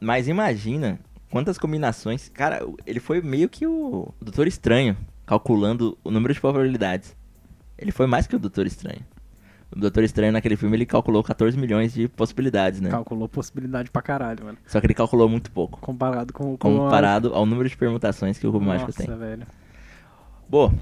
Mas imagina quantas combinações, cara, o- ele foi meio que o Doutor Estranho calculando o número de probabilidades. Ele foi mais que o Doutor Estranho. O Doutor Estranho naquele filme ele calculou 14 milhões de possibilidades, né?
Calculou possibilidade pra caralho, mano.
Só que ele calculou muito pouco,
Comparado com o
comparado ao número de permutações que o
com
cubo mágico tem.
Nossa, velho.
Bom,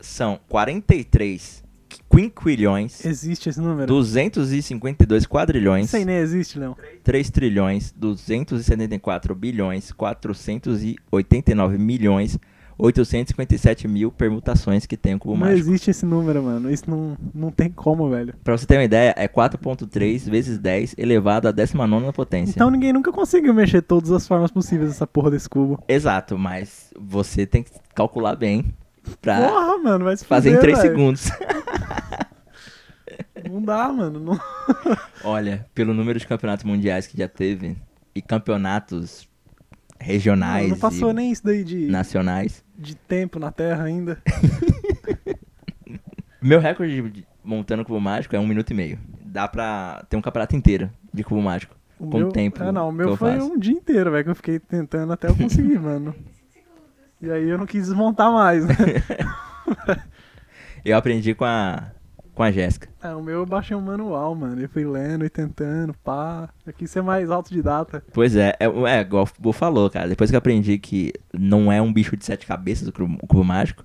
são 43 quinquilhões,
Existe esse número?
252 quadrilhões,
Isso aí nem existe, Leão.
3 trilhões, 274 bilhões, 489 milhões, 857 mil permutações que tem o cubo
Não
mágico.
existe esse número, mano. Isso não, não tem como, velho.
Pra você ter uma ideia, é 4.3 vezes 10 elevado à 19 potência.
Então ninguém nunca conseguiu mexer todas as formas possíveis dessa porra desse cubo.
Exato, mas você tem que calcular bem pra
Porra, mano, vai se
fazer Tá. em
fuder,
3
velho.
segundos.
Não dá, mano. Não...
Olha, pelo número de campeonatos mundiais que já teve e campeonatos regionais
não passou
e
nem isso daí de,
nacionais,
de tempo na Terra ainda.
meu recorde de- de- montando cubo mágico é um minuto e meio. Dá pra ter um campeonato inteiro de cubo mágico.
O
Com
meu...
o tempo
Ah, não. O
que
meu
eu
foi
faço.
um dia inteiro, velho, que eu fiquei tentando até eu conseguir, mano. E aí eu não quis desmontar mais, né?
Eu aprendi com a com a Jéssica.
Ah, o meu eu baixei um manual, mano. Eu fui lendo e tentando, pá. Eu quis ser mais autodidata.
Pois é, é, é igual o Bo falou, cara. Depois que eu aprendi que não é um bicho de sete cabeças o cubo, o cubo mágico,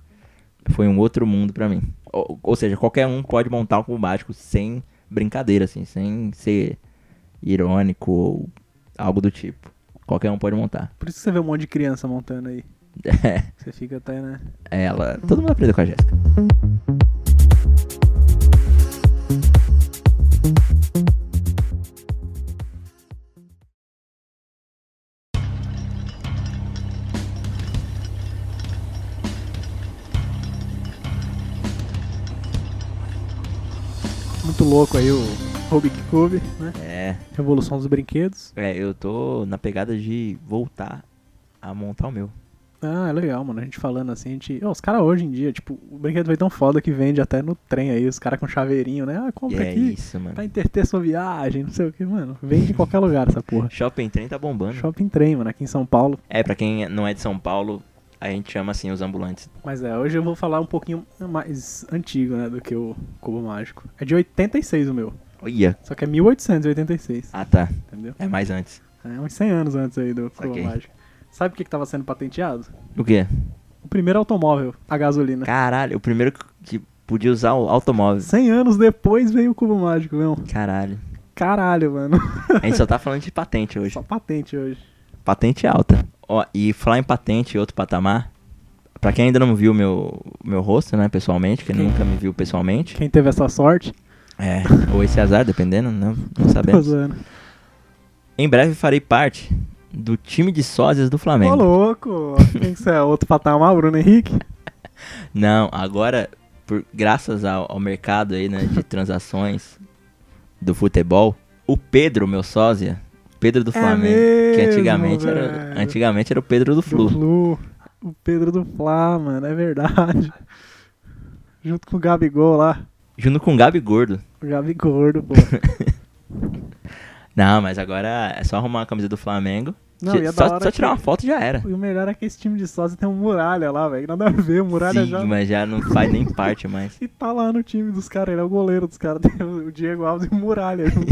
foi um outro mundo pra mim. Ou, ou seja, qualquer um pode montar um cubo mágico sem brincadeira, assim, sem ser irônico ou algo do tipo. Qualquer um pode montar.
Por isso que você vê um monte de criança montando aí.
É,
Você fica até, né?
ela. Todo mundo aprendeu com a Jéssica.
Muito louco aí o Rubik Cube, né?
É,
Revolução dos brinquedos.
é, eu tô na pegada de voltar a montar o meu.
Ah, é legal, mano. A gente falando assim, a gente. Ô, os caras hoje em dia, tipo, o brinquedo foi tão foda que vende até no trem aí, os caras com chaveirinho, né? Ah,
E
compra
é
aqui
isso, mano.
pra interter sua viagem, não sei o que, mano. Vende em qualquer lugar essa porra.
Shopping trem tá bombando.
Shopping trem, mano, aqui em São Paulo.
É, pra quem não é de São Paulo, a gente chama assim os ambulantes.
Mas é, hoje eu vou falar um pouquinho mais antigo, né, do que o Cubo Mágico. É de 86 o meu,
Olha.
só que é 1886,
Ah, tá.
entendeu?
É mais antes.
É uns 100 anos antes aí do Cubo
Saquei.
Mágico. Sabe o que que tava sendo patenteado?
O quê?
O primeiro automóvel a gasolina.
Caralho, o primeiro que podia usar o automóvel.
100 anos depois veio o Cubo Mágico, não.
Caralho.
Caralho, mano.
A gente só tá falando de patente hoje.
Só patente hoje.
Patente alta. Ó, e falar em patente e outro patamar. Pra quem ainda não viu meu, meu rosto, né, pessoalmente, que
Quem?
nunca me viu pessoalmente.
Quem teve essa sorte,
É, ou esse azar, dependendo, não, não
tá
sabemos.
zoando.
Em breve farei parte do time de sósias do
Ô,
Flamengo.
louco. Quem que você é? Outro patamar, Bruno Henrique?
Não, agora, por, graças ao, ao mercado aí, né, de transações do futebol, o Pedro, meu sósia, Pedro do Flamengo, que
É mesmo,
antigamente era,
velho.
antigamente era o Pedro do
Do
Flu.
Flu. O Pedro do Fla, mano, é verdade. Junto com o Gabigol lá.
Junto com o Gabi Gordo.
O Gabi gordo, pô.
Não, mas agora é só arrumar a camisa do Flamengo.
Não,
ti-
e é da
só,
hora
só tirar
que-
uma foto já era.
E o melhor é que esse time de sócio tem um Muralha lá, velho. Nada a ver, o Muralha
Sim,
já...
mas já não faz nem parte mais.
E tá lá no time dos caras, ele é o goleiro dos caras. Tem o Diego Alves e o Muralha junto.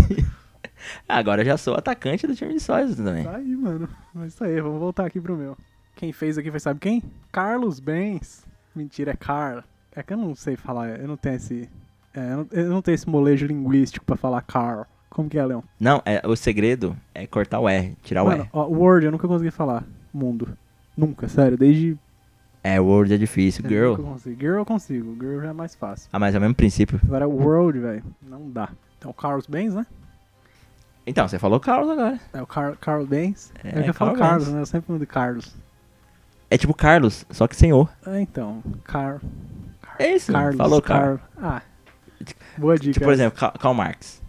Agora já sou atacante do time de sósias também.
Tá aí, mano. Mas isso aí, vamos voltar aqui pro meu. Quem fez aqui foi, sabe quem? Carlos Benz. Mentira, é Carla. É que eu não sei falar, eu não tenho esse. é, eu, não, eu não tenho esse molejo linguístico pra falar Carl. Como que é, Leão?
Não, é, o segredo é cortar o R, tirar o
Mano,
R.
ó, Word eu nunca consegui falar. Mundo. Nunca, sério. Desde.
É, World é difícil,
Eu
girl.
nunca consigo. Girl eu consigo. Girl já é mais fácil.
Ah, mas é o mesmo princípio.
Agora World, velho. Não dá. Então, Carlos Benz, né?
Então, você falou Carlos agora.
É o Car Carlos Benz.
É,
eu já falo
Carl
Carlos,
Benz.
né? Eu sempre mando Carlos.
É tipo Carlos, só que sem O.
Ah, então. Car
É isso.
Carlos.
Falou Carl.
Car- Ah. Boa dica. é.
Tipo, por exemplo, Karl, Karl Marx.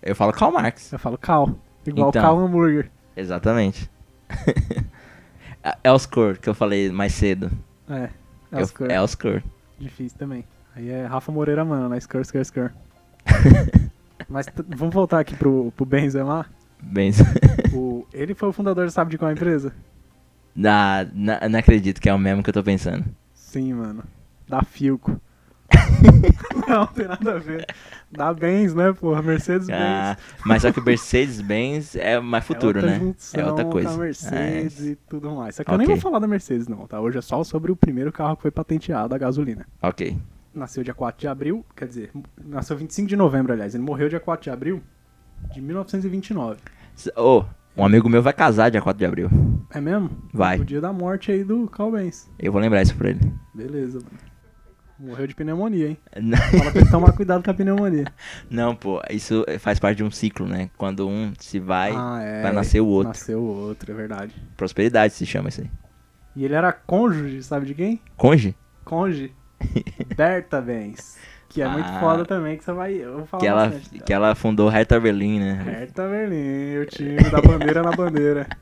Eu falo Karl Marx.
Eu falo cal. Igual
Então.
cal hambúrguer.
Exatamente. é Oscar, que eu falei mais cedo.
É.
Eu-
Oscar.
É Oscar.
Difícil também. Aí é Rafa Moreira, mano, na Skur, Skur, Skur. Mas t- vamos voltar aqui pro, pro Benzema.
Bem...
O, ele foi o fundador, sabe de qual empresa?
na, na- não acredito que é o mesmo que eu tô pensando.
Sim, mano. Da Filco. Não, tem nada a ver. Da Benz, né, porra? Mercedes-Benz.
Ah, mas só que Mercedes-Benz é mais futuro,
é outra
né?
junção
é outra
com a
coisa. É.
Mercedes e tudo mais. Só que eu nem
Ok.
vou falar da Mercedes, não, tá? Hoje é só sobre o primeiro carro que foi patenteado, a gasolina.
É, ok.
nasceu dia 4 de abril, quer dizer, nasceu 25 de novembro, aliás, ele morreu dia 4 de abril de 1929.
S- Ô, um amigo meu vai casar dia 4 de abril.
É mesmo?
Vai.
O dia da morte aí do Carl Benz.
Eu vou lembrar isso pra ele.
Beleza, mano. Morreu de pneumonia, hein? Fala pra ele tomar cuidado com a pneumonia.
Não, pô, isso faz parte de um ciclo, né? Quando um se vai,
ah, é.
vai nascer o outro.
Nasceu o outro, é verdade.
Prosperidade se chama isso aí.
E ele era cônjuge, sabe de quem?
Conge?
Conge. Berta Benz. Que é muito
Ah.
foda também, que você vai. Eu vou falar
Que ela,
bastante dela.
que ela fundou Hertha Berlim, né?
Berta Berlim, o É, time da bandeira na bandeira.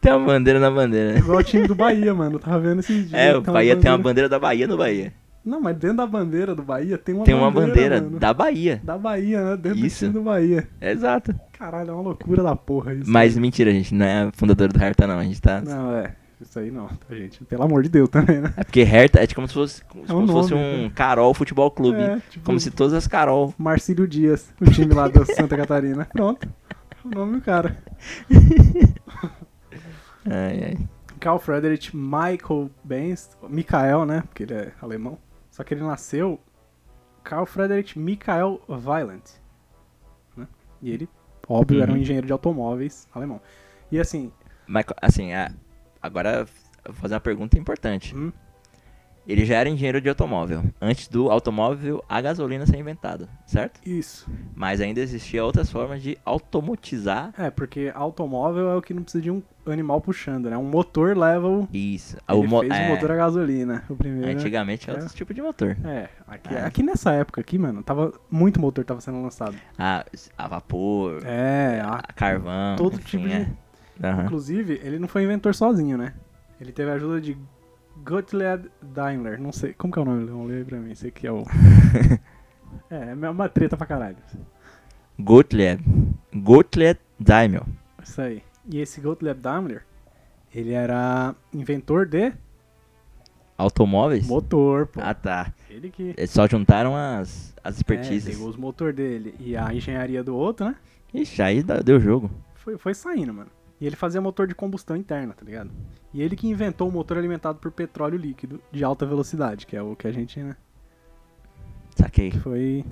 Tem uma bandeira na bandeira, né?
Igual o time do Bahia, mano. Eu Tava vendo esses dias.
É, o
tem
Bahia tem uma bandeira da Bahia no Bahia.
Não, mas dentro da bandeira do Bahia tem uma
Tem uma bandeira
mano.
da Bahia.
Da Bahia, né? Dentro do
Isso.
time do Bahia.
Exato.
Caralho, é uma loucura da porra isso. né?
Mas mentira, gente, não é a fundadora do Hertha, não. A gente tá.
Não, é. Isso aí não, tá, gente? Pelo amor de Deus também, né?
É porque Hertha é tipo como se fosse, como se
É um
fosse
nome,
um Carol Futebol Clube.
É, tipo-
Como se todas as Carol.
Marcílio Dias, o time lá da Santa Catarina. Pronto. é O nome do cara. É.
Ai, ai.
Carl Friedrich Michael Benz, Michael, né? Porque ele é alemão. Só que ele nasceu Carl Friedrich Michael Violent. né? E ele, óbvio, era um
Uhum.
engenheiro de automóveis alemão. E assim,
Mas, assim, a- agora eu vou fazer uma pergunta importante.
hum,
Ele já era engenheiro de automóvel, antes do automóvel a gasolina ser inventado, certo?
isso.
Mas ainda existia outras formas de automotizar
É, porque automóvel é o que não precisa de um animal puxando, né? Um motor leva o.
isso.
Ele
O mo-
fez
é,
o motor a gasolina, o primeiro. né?
antigamente era outro tipo de motor.
É, aqui,
É.
aqui nessa época aqui, mano, tava muito motor tava sendo lançado.
A, a vapor,
É, a-
a carvão,
todo
enfim,
tipo de-
é. Ah, Aham.
inclusive, ele não foi inventor sozinho, né? Ele teve a ajuda de Gottlieb Daimler, não sei, como que é o nome, Leon? Lê aí pra mim, sei que é o... é, é uma treta pra caralho,
Gottlieb. Gottlieb Daimler.
isso aí. E esse Gottlieb Daimler, ele era inventor de
Automóveis?
motor, pô.
Ah, tá.
Ele que...
Eles só juntaram as, as
É,
expertises.
pegou os motor dele e a engenharia do outro, né?
Ixi, aí dá- deu jogo.
Foi, foi saindo, mano. E ele fazia motor de combustão interna, tá ligado? E ele que inventou o motor alimentado por petróleo líquido de alta velocidade, que é o que a gente, né?
Saquei.
Que foi.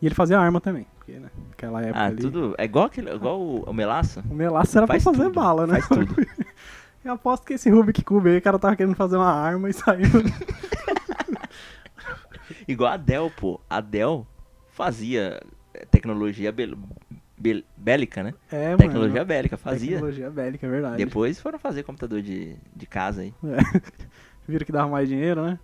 E ele fazia arma também, porque, né? Naquela época
Ah,
ali.
tudo. É igual, aquele, igual o, o melaço?
O melaço era
Faz
pra fazer
tudo,
bala, né?
faz tudo.
Eu aposto que esse Rubik Cube aí, o cara tava querendo fazer uma arma e saiu.
Igual a Dell, pô. A Dell fazia eh, tecnologia bel- bel- bélica, né?
É,
tecnologia
mano.
bélica, fazia.
Tecnologia bélica, é verdade.
Depois foram fazer computador de, de casa aí.
É. Viram que dava mais dinheiro, né?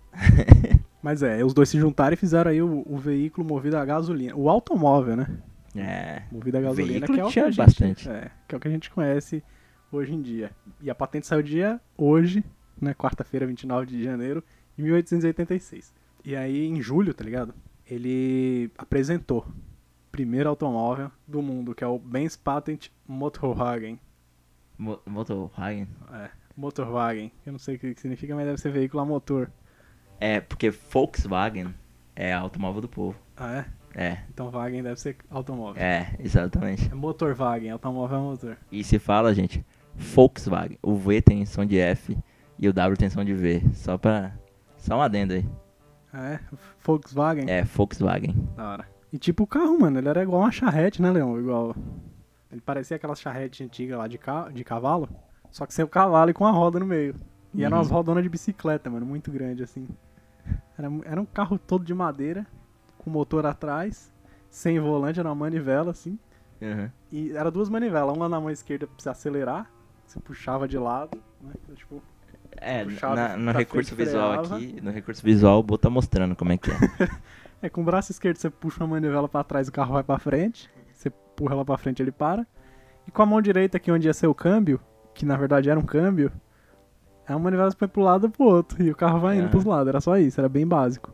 Mas é, os dois se juntaram e fizeram aí o, o veículo movido a gasolina. O automóvel, né?
é.
Movida a gasolina,
Veículo
que é o que
tinha
a gente,
bastante.
é, que é o que a gente conhece hoje em dia. E a patente saiu dia hoje, né, quarta-feira, 29 de janeiro de 1886. E aí em julho, tá ligado? Ele apresentou o primeiro automóvel do mundo, que é o Benz Patent Motorwagen.
Mo- Motorwagen.
É, Motorwagen. Eu não sei o que que significa, mas deve ser veículo a motor.
É, porque Volkswagen é automóvel do povo.
Ah, é?
É,
Então Wagen deve ser automóvel.
é, exatamente.
É Motorwagen, automóvel a motor.
E se fala, gente, Volkswagen. O V tem som de F e o W tem som de V. Só pra. Só um adendo aí.
Ah, é? Volkswagen?
É, Volkswagen.
Da hora. E tipo o carro, mano, ele era igual uma charrete, né, Leão? Igual. Ele parecia aquelas charretes antigas lá de, ca... de cavalo, só que sem o cavalo e com a roda no meio. E eram
Uhum.
umas rodonas de bicicleta, mano, muito grande assim. Era, mu- era um carro todo de madeira, com motor atrás, sem volante, era uma manivela assim.
Uhum.
E era duas manivelas, uma na mão esquerda pra você acelerar, você puxava de lado, né? Tipo,
É,
Puxava
na- no
pra
recurso
frente,
visual
freava.
aqui, no recurso visual o Bo tá mostrando como é que é.
É, com o braço esquerdo você puxa uma manivela pra trás e o carro vai pra frente. Você empurra ela pra frente ele para. E com a mão direita aqui onde ia ser o câmbio, que na verdade era um câmbio, é uma manivela que foi pro lado e pro outro. E o carro vai indo
Aham.
pros lados. Era só isso, era bem básico.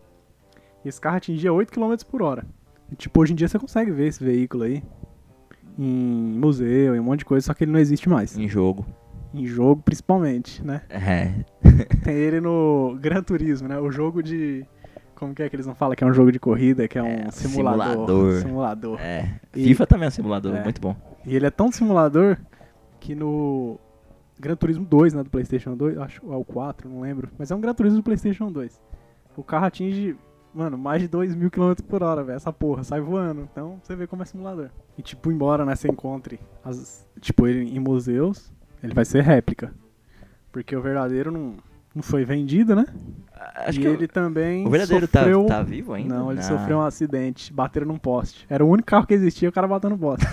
E esse carro atingia 8 km por hora. E, tipo, hoje em dia você consegue ver esse veículo aí. Em museu, em um monte de coisa, só que ele não existe mais.
em jogo.
Em jogo, principalmente, né?
É.
Tem ele no Gran Turismo, né? O jogo de. Como que é que eles não falam que é um jogo de corrida, que é um
É,
simulador.
simulador.
Simulador.
é.
E-
FIFA também é um simulador,
É.
muito bom.
E ele é tão simulador que no Gran Turismo 2, né? Do PlayStation 2, acho, ou é o 4, não lembro. Mas é um Gran Turismo do PlayStation 2. O carro atinge, mano, mais de 2 mil km por hora, velho. Essa porra sai voando. Então você vê como é simulador. E tipo, embora, né? Você encontre, as- tipo, ele em museus. Ele vai ser réplica. Porque o verdadeiro não, não foi vendido, né?
Acho
e
que o-
ele também.
o verdadeiro tá-
sofreu...
tá vivo ainda?
Não, ele
Ah.
sofreu um acidente. Bateram num poste. Era o único carro que existia, o cara bateu no poste.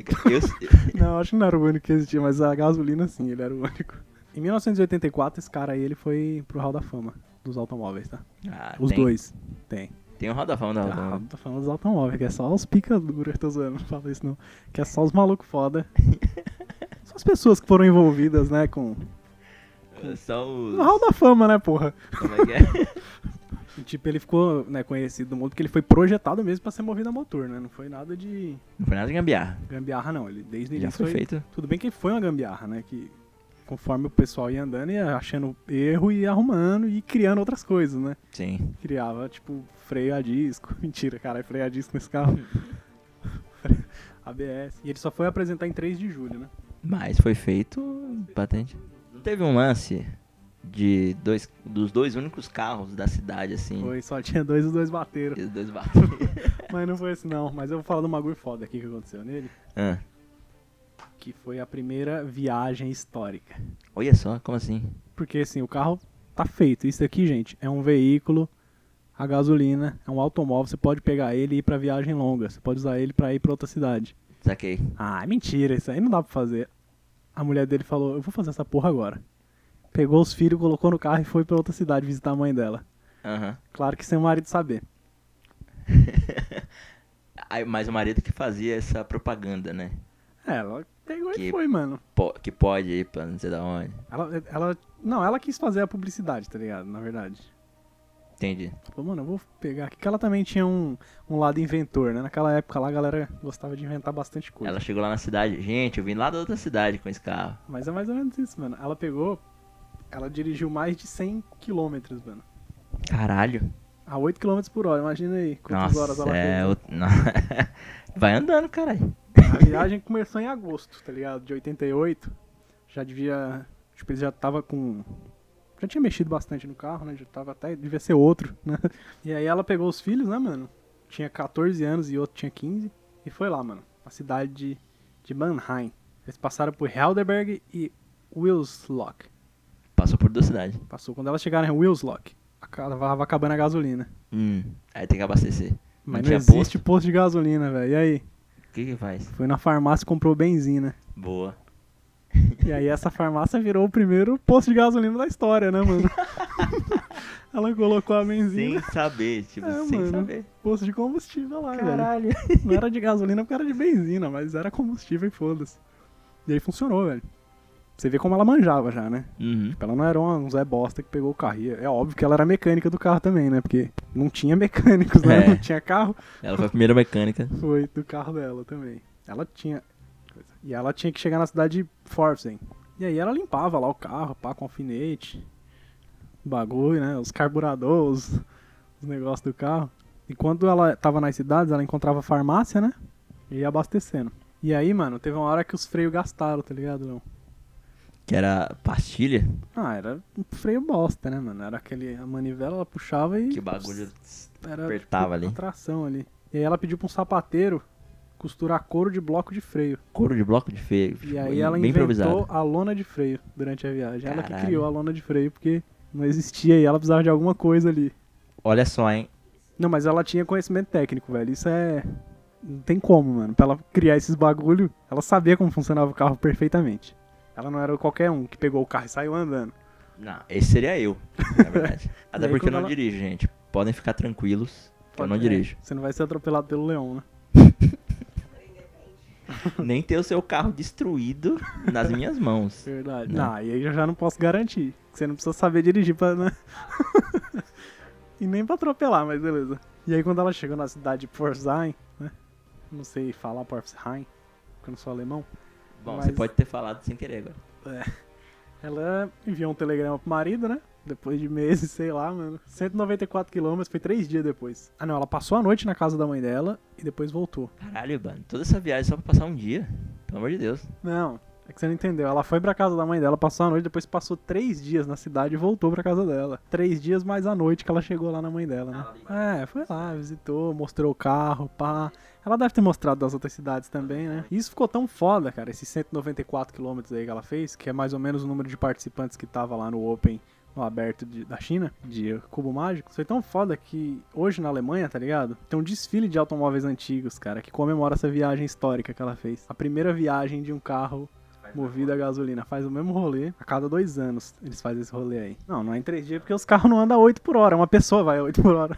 eu-
não, acho que não era o único que existia, mas a gasolina sim, ele era o único. Em 1984, esse cara aí ele foi pro Hall da Fama dos automóveis, tá?
Ah,
Os
tem- Tá
dois. Tem.
Tem o Roda Fama da Roda
Ah,
Fama.
não tô falando dos automóveis, que é só os picadura, tô zoando, não fala isso não. Que é só os malucos foda. só as pessoas que foram envolvidas, né, com...
Só os.
No Hall da Fama, né, porra?
Como é que é?
E, tipo, ele ficou né, conhecido no mundo porque ele foi projetado mesmo pra ser movido a motor, né? Não foi nada de
Não foi nada de gambiarra.
gambiarra, não. Ele desde o
Já
início
foi feito.
Tudo bem que foi uma gambiarra, né? Que conforme o pessoal ia andando, ia achando erro, ia arrumando e criando outras coisas, né?
Sim.
criava, tipo, freio a disco. Mentira, cara, é freio a disco nesse carro. ABS. E ele só foi apresentar em 3 de julho, né?
Mas foi feito patente. Não teve um lance de dois, dos dois únicos carros da cidade, assim.
Foi, só tinha dois e os dois bateram.
E os dois batem.
Mas não foi assim, não. Mas eu vou falar do bagulho foda aqui que aconteceu nele.
ah,
Que foi a primeira viagem histórica.
olha só, como assim?
Porque, assim, o carro tá feito. Isso aqui, gente, é um veículo a gasolina, é um automóvel. Você pode pegar ele e ir pra viagem longa. Você pode usar ele pra ir pra outra cidade.
Saquei.
Ah, mentira, isso aí não dá pra fazer. A mulher dele falou, eu vou fazer essa porra agora. Pegou os filhos, colocou no carro e foi pra outra cidade visitar a mãe dela.
Aham.
Claro que sem o marido saber.
Aí, Mas o marido que fazia essa propaganda, né?
É, ela pegou e
Que-
foi, mano.
Po- que pode ir pra não sei da onde.
Ela, ela, não, ela quis fazer a publicidade, tá ligado? Na verdade.
Entendi.
Ela Falou, Tipo, mano, eu vou pegar aqui. Que ela também tinha um, um lado inventor, né? Naquela época lá a galera gostava de inventar bastante coisa.
Ela chegou lá na cidade. Gente, eu vim lá da outra cidade com esse carro.
Mas é mais ou menos isso, mano. Ela pegou, ela dirigiu mais de 100 quilômetros, mano.
Caralho.
A 8 km por hora, imagina aí quantas horas ela fez.
é,
né?
o- não. Vai andando, caralho.
A viagem começou em agosto, tá ligado? De 88. Já devia. Tipo, ele já tava com. Já tinha mexido bastante no carro, né? Já tava até. Devia ser outro, né? E aí ela pegou os filhos, né, mano? Tinha 14 anos e outro tinha 15. E foi lá, mano. A cidade de, de Mannheim. Eles passaram por Helderberg e Wilslock.
Passou por duas cidades.
Passou. Quando elas chegaram em Wilslock, aca- tava acabando a gasolina.
Hum, aí tem que abastecer.
Mas não,
tinha
existe posto? de gasolina, velho. E aí?
O que que faz?
Foi na farmácia e comprou benzina.
Boa.
E aí essa farmácia virou o primeiro posto de gasolina da história, né, mano? Ela colocou a
Sem
benzina,
saber, tipo,
É,
sem
mano.
saber.
posto de combustível lá, velho. Não era de gasolina porque era de benzina, mas era combustível e foda-se. E aí funcionou, velho. Você vê como ela manjava já, né?
Uhum.
Ela não era uma- um Zé Bosta que pegou o carro. E é óbvio que ela era mecânica do carro também, né? Porque não tinha mecânicos, né?
É.
Não tinha carro.
Ela foi a primeira mecânica.
Foi do carro dela também. Ela tinha. coisa. E ela tinha que chegar na cidade de Forsen. E aí ela limpava lá o carro, pá, com alfinete. Bagulho, né? Os carburadores, os, os negócios do carro. E quando ela tava nas cidades, ela encontrava farmácia, né? E ia abastecendo. E aí, mano, teve uma hora que os freios gastaram, tá ligado, Leão?
Que era pastilha.
Ah, era um freio bosta, né, mano? Era aquele. A manivela ela puxava e.
Que o bagulho
Era,
apertava ali.
a tração ali. E aí ela pediu pra um sapateiro costurar couro de bloco de freio.
Couro de bloco de feio.
E aí ela
bem
inventou
improvisado.
a lona de freio durante a viagem. Ela que
Caralho.
criou a lona de freio porque não existia e ela precisava de alguma coisa ali.
Olha só, hein.
Não, mas ela tinha conhecimento técnico, velho. Isso é. Não tem como, mano. Pra ela criar esses bagulho, ela sabia como funcionava o carro perfeitamente. Ela não era qualquer um que pegou o carro e saiu andando.
Não, esse seria eu, na verdade. Até
aí
porque eu
quando
não
ela-
dirijo, gente. Podem ficar tranquilos. que eu não
É,
dirijo.
Você não vai ser atropelado pelo leão, né?
Nem ter o seu carro destruído nas minhas mãos.
Verdade.
Não.
Não, e aí eu já não posso garantir. que Você não precisa saber dirigir pra. né? e nem pra atropelar, mas beleza. E aí quando ela chegou na cidade de Pforzheim, né? Não sei falar Pforzheim, porque eu não sou alemão.
Bom,
Mas-
você pode ter falado sem querer agora.
Ela enviou um telegrama pro marido, né? Depois de meses, sei lá, mano. 194 quilômetros, foi três dias depois. Ah não, ela passou a noite na casa da mãe dela e depois voltou.
Caralho, mano. Toda essa viagem só pra passar um dia. Pelo amor de Deus.
Não, É que você não entendeu. Ela foi pra casa da mãe dela, passou a noite, depois passou três dias na cidade e voltou pra casa dela. Três dias mais a noite que ela chegou lá na mãe dela, né? É, foi lá, visitou, mostrou o carro, pá. Ela deve ter mostrado das outras cidades também, né? E isso ficou tão foda, cara, esses 194 quilômetros aí que ela fez, que é mais ou menos o número de participantes que tava lá no Open no aberto de- da China, de Cubo Mágico, foi tão foda que hoje na Alemanha, tá ligado? Tem um desfile de automóveis antigos, cara, que comemora essa viagem histórica que ela fez. A primeira viagem de um carro movido a gasolina. Faz o mesmo rolê. A cada dois anos eles fazem esse rolê aí. Não, não é em três dias, porque os carros não andam a 8 por hora. Uma pessoa vai a 8 por hora.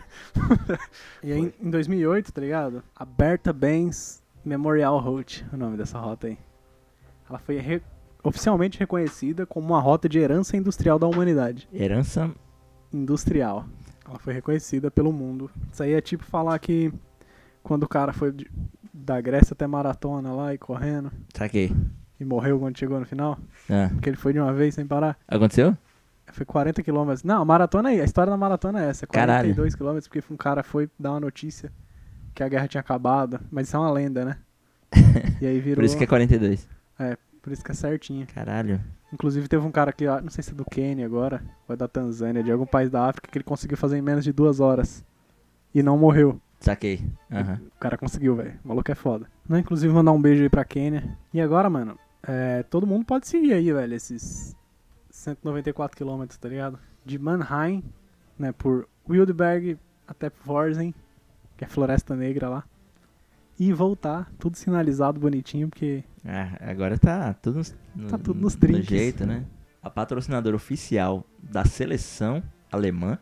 e aí, em 2008, tá ligado? A Berta Benz Memorial Route, o nome dessa rota aí. Ela foi re- oficialmente reconhecida como uma rota de herança industrial da humanidade.
Herança
Industrial. Ela foi reconhecida pelo mundo. Isso aí é tipo falar que quando o cara foi de- da Grécia até Maratona lá e correndo
Saquei.
e morreu quando chegou no final.
Ah,
Porque ele foi de uma vez sem parar.
aconteceu?
Foi 40 quilômetros. Não, a maratona aí. A história da maratona é essa.
Caralho.
42 quilômetros, porque um cara foi dar uma notícia que a guerra tinha acabado. Mas isso é uma lenda, né? E aí virou.
Por isso que é 42.
por isso que é certinho.
Caralho.
Inclusive teve um cara que, ah, não sei se é do Quênia agora, ou é da Tanzânia, de algum país da África, que ele conseguiu fazer em menos de duas horas. E não morreu.
Saquei. Aham.
O cara conseguiu, velho. O maluco é foda. Não, inclusive, mandar um beijo aí pra Kenia. E agora, mano, é, todo mundo pode seguir aí, velho, esses 194 quilômetros, tá ligado? De Mannheim, né, por Wildberg até Vorzen, que é Floresta Negra lá. E voltar, tudo sinalizado bonitinho, porque
Ah, agora tá tudo nos, no-
Tá tudo nos
no
trinques.
jeito, né? A patrocinadora oficial da seleção alemã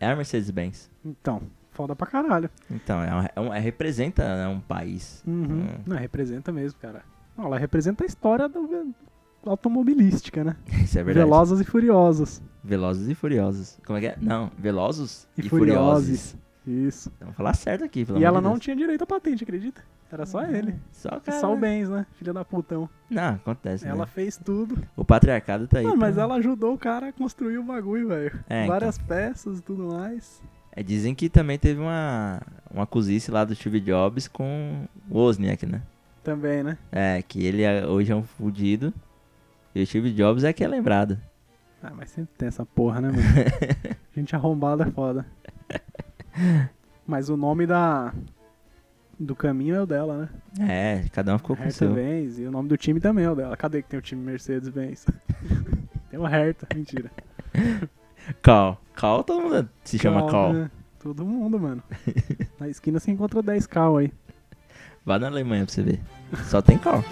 é a Mercedes-Benz.
Então, foda pra caralho.
Então, é, um- é um- é- representa né, um país.
Uhum.
Hum.
Não, representa mesmo, cara. Não, ela representa a história do- automobilística, né?
Isso é verdade.
Velozes e furiosas.
Velozes e Furiosos. Como é que é? Não, Velozes
E
e, Furiosos.
Furioses. Isso.
Então, falar certo aqui, pelo
e
amor
ela
de
não
Deus.
tinha direito à patente, acredita? Era só ele.
Só,
E
cara.
só o Benz, né? Filha da putão.
Não, acontece, né?
Ela fez tudo.
O patriarcado tá aí.
Não, mas
pra-
ela ajudou o cara a construir o bagulho, velho.
É, então.
Várias peças e tudo mais.
É, dizem que também teve uma, uma cozice lá do Steve Jobs com o Wozniak, né?
Também, né?
É, que ele é- hoje é um fudido. E o Steve Jobs é que é lembrado.
Ah, mas sempre tem essa porra, né, mano? Gente arrombada é foda. Mas o nome da. Do caminho é o dela, né?
É, cada um ficou com o
Hertha
seu.
Benz. E o nome do time também é o dela. Cadê que tem o time Mercedes-Benz? tem o Hertha, mentira.
Cal. Cal todo mundo se chama Cal.
né? Todo mundo, mano. Na esquina você encontra 10 cal aí.
Vá na Alemanha pra você ver. Só tem Cal.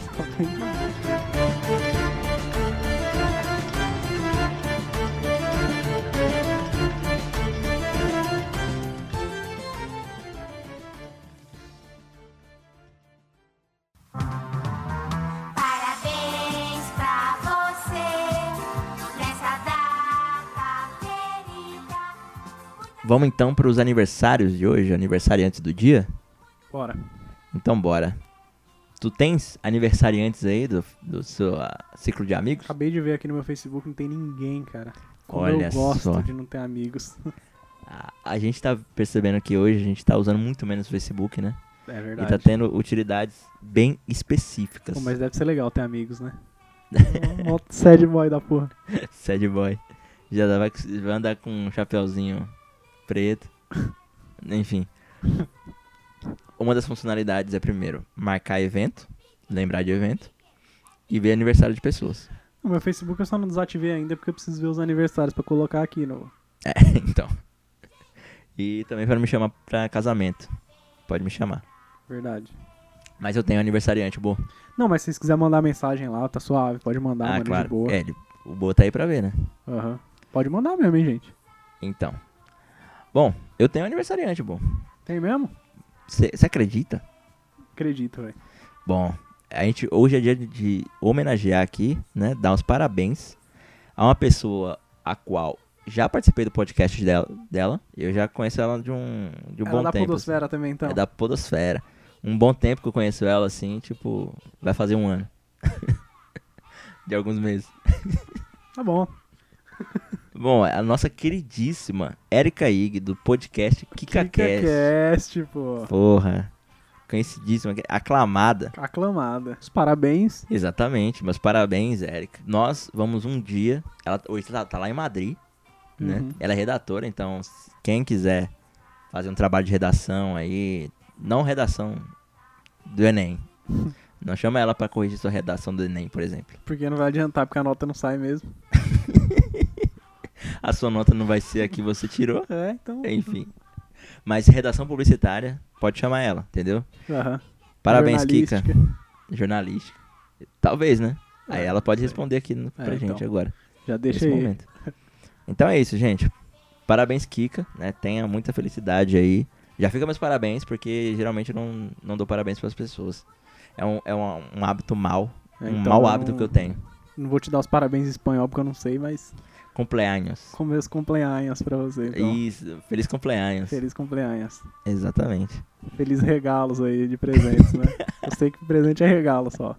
Parabéns pra você nessa data querida.
Vamos então pros aniversários de hoje, aniversariantes do dia?
Bora.
Então bora. Tu tens aniversariantes aí do, do seu ah, ciclo de amigos?
Acabei de ver aqui no meu Facebook, não tem ninguém, cara. Como
Olha
eu gosto
só.
de não ter amigos. Ah.
A, a gente tá percebendo que hoje a gente tá usando muito menos o Facebook, né?
É
E
verdade.
tá tendo utilidades bem específicas.
Pô, mas é deve ser legal ter amigos, né?
É.
Mó sad boy da porra.
Sad é boy. Já dá- vai, vai andar com um chapeuzinho preto. Enfim. Uma das funcionalidades é, primeiro, marcar evento, lembrar de evento, e ver aniversário de pessoas.
O meu Facebook eu só não desativei ainda porque eu preciso ver os aniversários pra colocar aqui no.
É, então. E também para me chamar pra casamento. Pode me chamar.
Verdade.
Mas eu tenho aniversariante, Bo.
Não, mas se vocês quiserem mandar mensagem lá, tá suave, pode mandar, mano, de boa.
É, ele- o Bo tá aí pra ver, né?
Aham. Pode mandar mesmo, hein, gente.
Então. Bom, eu tenho aniversariante, Bo.
Tem mesmo?
Você acredita?
Acredito, velho.
Bom, a gente hoje é dia de- de homenagear aqui, né? Dar os parabéns a uma pessoa a qual já participei do podcast dela. dela eu já conheço ela de um, de um
Ela
bom
da
tempo. assim.
Podosfera também, então.
É da Podosfera. Um bom tempo que eu conheço ela, assim, tipo, vai fazer um ano. de alguns meses.
Tá bom.
Bom, a nossa queridíssima Erika Ig, do podcast KikaCast.
KikaCast, pô.
Porra. conhecidíssima, aclamada.
Aclamada. Os parabéns.
Exatamente, meus parabéns, Érica. Nós vamos um dia. Ela hoje tá, tá lá em Madrid, né?
Uhum.
Ela é redatora, então se- quem quiser fazer um trabalho de redação aí, não redação do Enem. Não chama ela pra corrigir sua redação do Enem, por exemplo.
Porque não vai adiantar, porque a nota não sai mesmo.
A sua nota não vai ser a que você tirou,
É, então.
enfim. Mas redação publicitária, pode chamar ela, entendeu?
Aham.
Parabéns, Kika.
Jornalística.
Jornalística. Talvez, né?
É,
Aí ela pode
sei.
responder aqui no-
É,
pra gente
então.
agora.
Já deixa
nesse
aí.
momento. Então é isso, gente. Parabéns, Kika, né? Tenha muita felicidade aí. Já fica meus parabéns, porque geralmente eu não, não dou parabéns pras pessoas. É um, é um, um hábito mal.
É,
um
então
mau
eu
hábito
não-
que eu tenho.
Não vou te dar os parabéns em espanhol porque eu não sei, mas
Cumpleaños.
com meus cumpleanhas pra você. Então.
Isso, feliz cumpleaños.
Feliz cumpleanhas.
Exatamente.
Feliz regalos aí de presentes, né? Eu sei que presente é regalo só.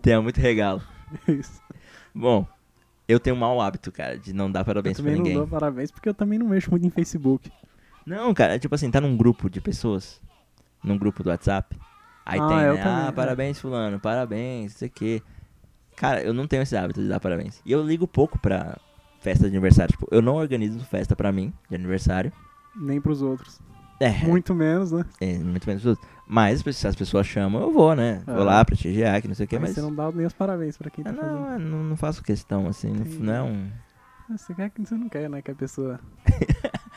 Tenha muito regalo.
Isso.
Bom, eu tenho um mau hábito, cara, de não dar
Eu
parabéns pra
também não
ninguém.
dou parabéns porque eu também não mexo muito em Facebook.
Não, cara, é tipo assim, tá num grupo de pessoas, num grupo do WhatsApp. Aí
Ah,
tem,
eu
né?
também,
ah,
é.
parabéns, fulano, parabéns, não sei o quê. Cara, eu não tenho esse hábito de dar parabéns. E eu ligo pouco pra festa de aniversário. Tipo, eu não organizo festa pra mim, de aniversário.
Nem pros outros.
É,
Muito menos, né?
é, muito menos os outros. Mas se as pessoas chamam, eu vou, né?
Ah.
Vou lá prestigiar, que não sei o quê,
Aí
mas...
você não dá nem os parabéns pra quem tá
Ah,
fazendo.
não, eu não, não faço questão, assim, não,
Entendi.
não é um...
Ah, Você quer que você não quer, né? Que a pessoa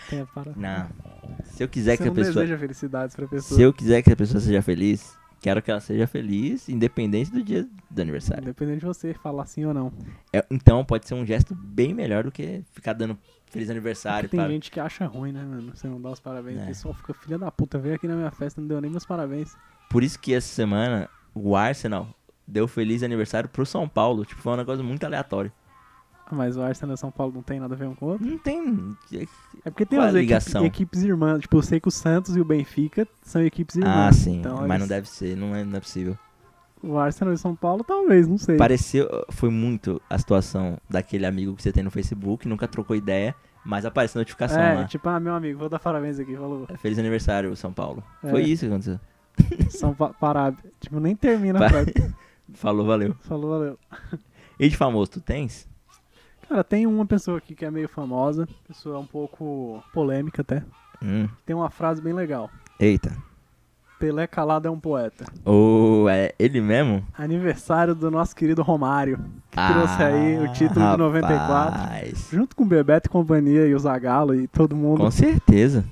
tenha parabéns.
Não. Se eu quiser
você
que a
não
pessoa...
deseja felicidades pra pessoa.
Se eu quiser que a pessoa seja feliz, quero que ela seja feliz, independente do dia do aniversário.
Independente de você falar sim ou não.
É, então pode ser um gesto bem melhor do que ficar dando feliz aniversário.
Porque tem
pra-
gente que acha ruim, né, mano? Você não dá os parabéns.
É.
O pessoal fica, filha da puta, veio aqui na minha festa, não deu nem meus parabéns.
Por isso que essa semana o Arsenal deu feliz aniversário pro São Paulo. Tipo, foi um negócio muito aleatório.
Ah, Mas o Arsenal e o São Paulo não tem nada a ver um com o outro?
Não tem.
É porque tem
Qual é a
as equipe-
ligação?
equipes irmãs. Tipo, eu sei que o Santos e o Benfica são equipes irmãs.
Ah, sim.
Então,
mas
eles-
não deve ser, não é, não é possível.
O Arsenal e o São Paulo, talvez, não sei.
Pareceu. Foi muito a situação daquele amigo que você tem no Facebook, nunca trocou ideia, mas apareceu notificação
é,
lá.
tipo, ah, meu amigo, vou dar parabéns aqui, falou.
Feliz aniversário, São Paulo.
É.
Foi isso que aconteceu.
São pa parab... Tipo, nem termina a
Pa-
frase.
Falou, valeu.
Falou, valeu.
E de famoso, tu tens?
Cara, tem uma pessoa aqui que é meio famosa, pessoa um pouco polêmica até.
Hum.
Tem uma frase bem legal.
Eita.
Pelé calado é um poeta.
Ou é ele mesmo?
Aniversário do nosso querido Romário, que trouxe aí o título de 94.
Ah, rapaz.
Junto com o Bebeto e companhia e o Zagalo e todo mundo.
Com certeza.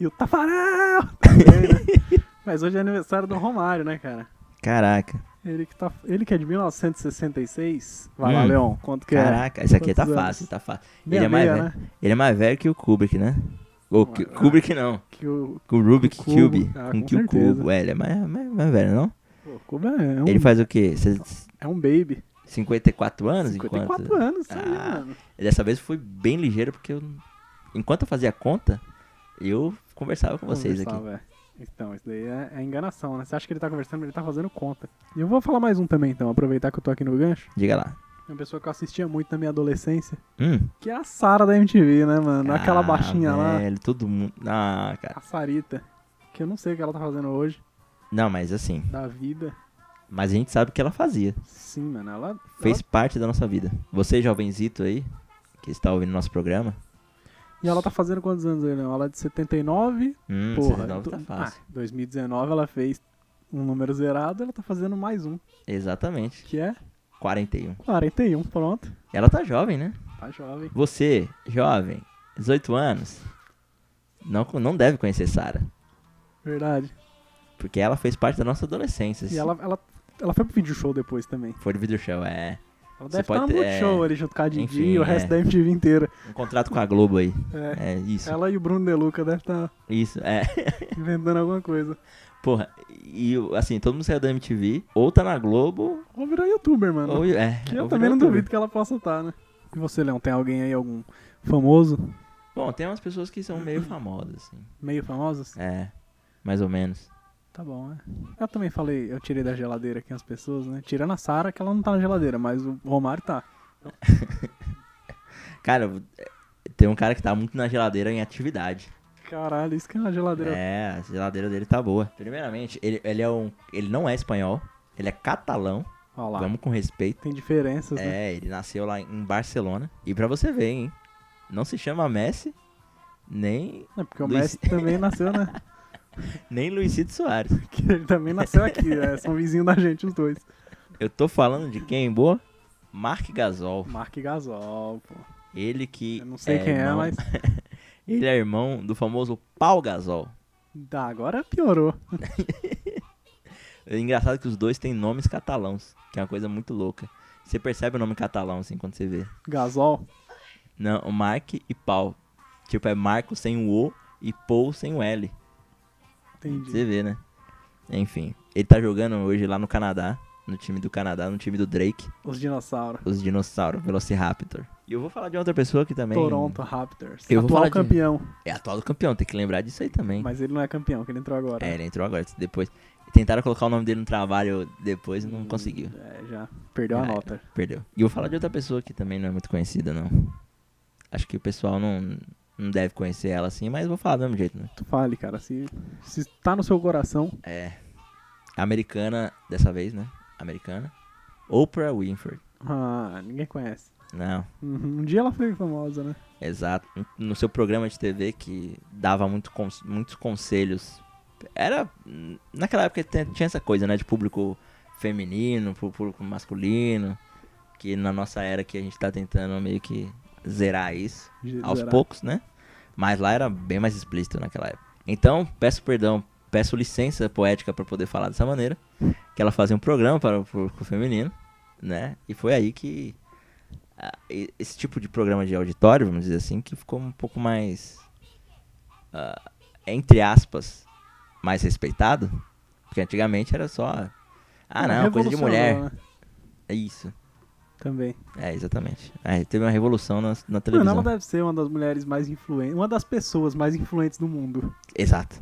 E o Tafarel! também, né? Mas hoje é aniversário do Romário, né, cara?
Caraca.
Ele que, tá, ele que é de 1966. Vai lá,
Hum.
Leon, quanto que é.
Caraca, esse aqui tá
Quantos
fácil,
anos?
tá fácil.
é?
Ele é, mais
Meia-meia,
velho, ele é mais velho que o Kubrick, né? Ou que-
Ah.
Kubrick não.
Que o,
Com o Rubik
Cubo,
Cube.
ah,
com
com
que o
certeza.
Cubo. É, ele é mais, mais, mais velho, não?
pô, o Cuba é um,
Ele faz o quê? Cê-
é um baby.
54 anos?
54
enquanto...
anos, tá aí,
Ah.
mano.
Dessa vez foi bem ligeiro, porque eu... enquanto eu fazia a conta, eu conversava com vocês
Vamos ver
aqui.
só, velho. Então, isso daí é, é enganação, né? Você acha que ele tá conversando, mas ele tá fazendo conta. E eu vou falar mais um também, então, aproveitar que eu tô aqui no gancho.
Diga lá.
É uma pessoa que eu assistia muito na minha adolescência,
Hum.
que é a Sara da MTV, né, mano? Aquela
Ah,
baixinha lá,
velho, todo mundo. Ah, cara.
a Sarita, que eu não sei o que ela tá fazendo hoje,
Não, mas assim.
da vida.
Mas a gente sabe o que ela fazia.
Sim, mano, ela...
Fez parte da nossa vida. Você, jovenzito aí, que está ouvindo nosso programa.
ela- E ela tá fazendo quantos anos aí, Leon? Ela é de 79,
Hum,
porra.
69 tá
do-
fácil.
Ah, 2019 ela fez um número zerado, ela tá fazendo mais um,
Exatamente.
que é
41.
41, pronto.
Ela tá jovem, né?
Tá jovem.
Você, jovem, 18 anos, não, co- não deve conhecer Sara.
Verdade.
Porque ela fez parte da nossa adolescência.
E ela, ela, ela foi pro vídeo show depois também.
Foi do video show, é.
Ela
Você
deve estar
pode
no
ter-
Multishow ali junto com a Didi
Enfim,
e o
é.
resto da MTV inteira.
Um contrato com a Globo aí.
É.
É isso.
Ela e o Bruno Deluca devem estar
Isso, é.
tá inventando alguma coisa.
Porra, e assim, todo mundo saiu da MTV, ou tá na Globo,
Ou virar youtuber, mano.
Ou- é,
que eu
ou
também não
virou
duvido que ela possa estar, né? E você, Leão, tem alguém aí, algum famoso?
tudo. Bom, tem umas pessoas que são meio famosas, assim.
Meio famoso? assim?
É, mais ou menos.
Tá bom, né? Eu também falei, eu tirei da geladeira aqui as pessoas, né? Tirando a Sara, que ela não tá na geladeira, mas o Romário tá.
Cara, eu- é, tem um cara que tá muito na geladeira em atividade.
Caralho, isso que é uma geladeira.
É, a geladeira dele tá boa. Primeiramente, ele, ele é um. Ele não é espanhol, ele é catalão.
Olha lá.
Vamos com respeito.
Tem diferenças, né?
É, ele nasceu lá em Barcelona. E pra você ver, hein? Não se chama Messi, nem,
É porque o
Luiz-
Messi também nasceu, né?
nem Luizito Soares.
Que ele também nasceu aqui, é, são vizinhos da gente os dois.
Eu tô falando de quem, boa? Mark Gasol.
Mark Gasol, pô.
Ele que.
Eu não sei quem é,
irmão-
mas.
Ele é irmão do famoso Pau Gasol.
Tá, agora piorou.
É engraçado que os dois têm nomes catalãos, que é uma coisa muito louca. Você percebe o nome catalão, assim, quando você vê.
Gasol.
Não, o Mark e Pau. Tipo, é Marco sem o O e Paul sem o L.
Entendi.
Você vê, né? Enfim, ele tá jogando hoje lá no Canadá, no time do Canadá, no time do Drake,
Os dinossauros.
os dinossauros, Velociraptor. E eu vou falar de outra pessoa que também
Toronto Raptors.
Eu vou
atual
falar de-
campeão.
é atual do campeão, tem que lembrar disso aí também.
Mas ele não é campeão, que ele entrou agora.
É, ele entrou agora, depois. Tentaram colocar o nome dele no trabalho depois e não conseguiu.
É, já perdeu a
Já era.
nota.
Perdeu. E eu vou falar de outra pessoa que também não é muito conhecida, não. Acho que o pessoal não, não deve conhecer ela assim, mas vou falar do mesmo jeito, né?
Tu fale, cara. Se, se tá no seu coração,
É. Americana, dessa vez, né? Americana. Oprah Winfrey.
ah, ninguém conhece.
Não,
Uhum, Um dia ela foi famosa, né?
exato. No seu programa de TV que dava muito cons- muitos conselhos. Era. Naquela época te- tinha essa coisa, né? De público feminino, pu- público masculino. Que na nossa era que a gente tá tentando meio que zerar isso.
De-
aos
zerar.
poucos, né? Mas lá era bem mais explícito naquela época. Então, peço perdão, peço licença poética para poder falar dessa maneira, que ela fazia um programa para o público feminino, né? E foi aí que ah, e- esse tipo de programa de auditório, vamos dizer assim, que ficou um pouco mais ah, entre aspas, mais respeitado, porque antigamente era só ah, não, coisa de
Revolucionou,
mulher.
né?
É isso.
Também.
É, exatamente. Aí teve uma revolução na, na
Mano,
televisão.
ela deve ser uma das mulheres mais influentes. Uma das pessoas mais influentes do mundo.
Exato.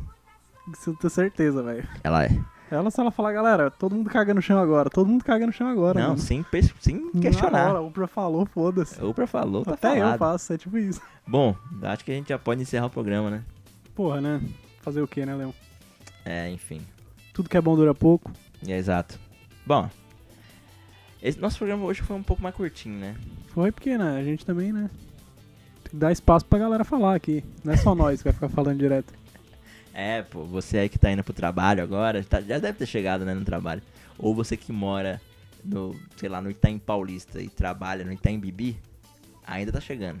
Isso eu tenho certeza, velho.
Ela é.
Ela, se ela falar, galera, todo mundo caga no chão agora, todo mundo caga no chão agora.
Não,
mano.
sem, pes- sem
Na hora,
questionar.
a Oprah falou, foda-se.
A Oprah falou, tá
Até eu
falado.
faço, é tipo isso.
Bom, acho que a gente já pode encerrar o programa, né?
Porra, né? Fazer o quê, né, Leão?
É, enfim.
Tudo que é bom dura pouco.
É, exato. Bom, esse nosso programa hoje foi um pouco mais curtinho, né?
Foi porque, né? A gente também, né? Tem que dar espaço pra galera falar aqui. Não é só nós que vai ficar falando direto.
É, pô, você aí que tá indo pro trabalho agora, tá- já deve ter chegado, né, no trabalho. Ou você que mora no, sei lá, no Itaim Paulista e trabalha no Itaim Bibi, ainda tá chegando.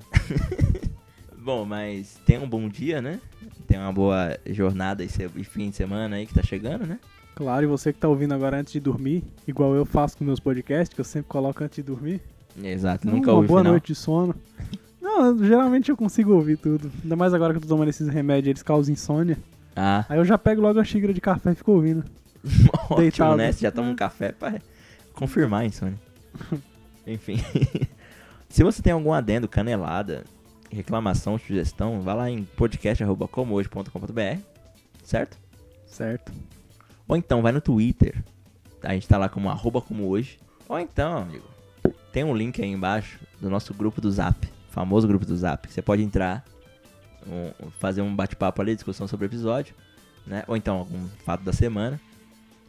Bom, mas tenha um bom dia, né? Tenha uma boa jornada e se- e fim de semana aí que tá chegando, né?
Claro, e você que tá ouvindo agora antes de dormir, igual eu faço com meus podcasts, que eu sempre coloco antes de dormir.
Exato,
Então,
nunca
uma
ouvi o
boa
final.
noite de sono. Não, eu- geralmente eu consigo ouvir tudo. Ainda mais agora que eu tô tomando esses remédios, eles causam insônia.
Ah,
Aí eu já pego logo a xícara de café e fico ouvindo.
ótimo,
Deitado.
né? Você já toma um café pra confirmar a insônia. Enfim. Se você tem algum adendo, canelada, reclamação, sugestão, vá lá em podcast.comohoje.com.br, certo?
Certo.
Ou então vai no Twitter. A gente tá lá como arroba como hoje. Ou então, amigo, tem um link aí embaixo do nosso grupo do Zap. Famoso grupo do Zap. Que você pode entrar, um- fazer um bate-papo ali, discussão sobre o episódio. Né? Ou então algum fato da semana.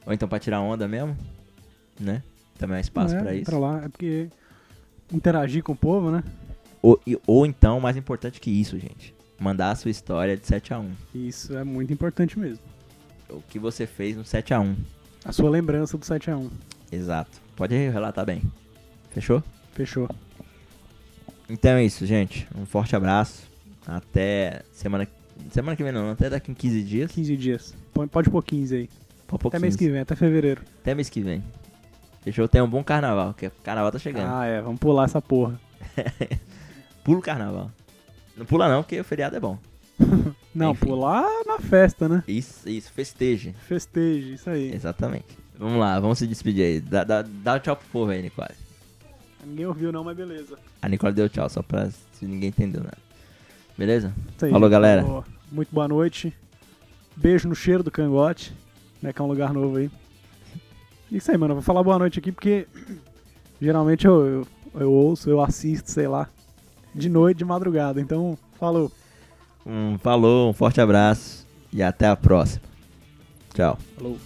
Ou então pra tirar onda mesmo. Né? Também é um espaço
é,
pra isso.
Pra lá, é porque interagir com o povo, né?
Ou, e- ou então, mais importante que isso, gente. Mandar a sua história de 7 a 1
Isso é muito importante mesmo.
O que você fez no 7 a 1
A um. sua lembrança do 7x1.
Exato. Pode relatar bem. Fechou?
Fechou.
Então é isso, gente. Um forte abraço. Até semana. Semana que vem não, até daqui em 15 dias.
15 dias. Põe- Pode pôr 15 aí.
Pô, pouco
Até mês
15.
que vem, até fevereiro.
Até mês que vem. Fechou? Tenha um bom carnaval, que carnaval tá chegando.
Ah, é, vamos pular essa porra.
Pula o carnaval. Não pula não, porque o feriado é bom.
Não,
Enfim.
pular na festa, né?
Isso, isso, festeje.
Festeje, isso aí.
Exatamente. Vamos lá, vamos se despedir aí. Dá, dá, dá tchau pro povo aí, Nicole.
Ninguém ouviu não, mas beleza.
A Nicole deu tchau, só pra se ninguém entendeu nada. Beleza?
Isso aí,
Falou,
gente.
galera.
Falou. Muito boa noite. Beijo no cheiro do cangote, né? Que é um lugar novo aí. Isso aí, mano. Eu vou falar boa noite aqui porque geralmente eu, eu, eu ouço, eu assisto, sei lá, de noite, de madrugada. Então, falou.
Um falou, um forte abraço e até a próxima. Tchau.
Falou.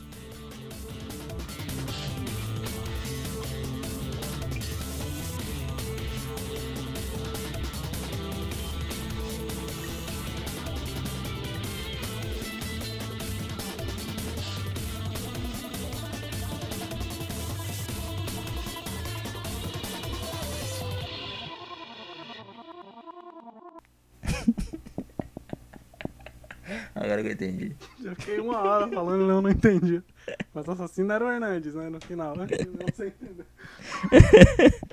Agora que eu entendi.
Já fiquei uma hora falando e eu não entendi. Mas o assassino era o Hernandes, né? No final, né? Não sei entender.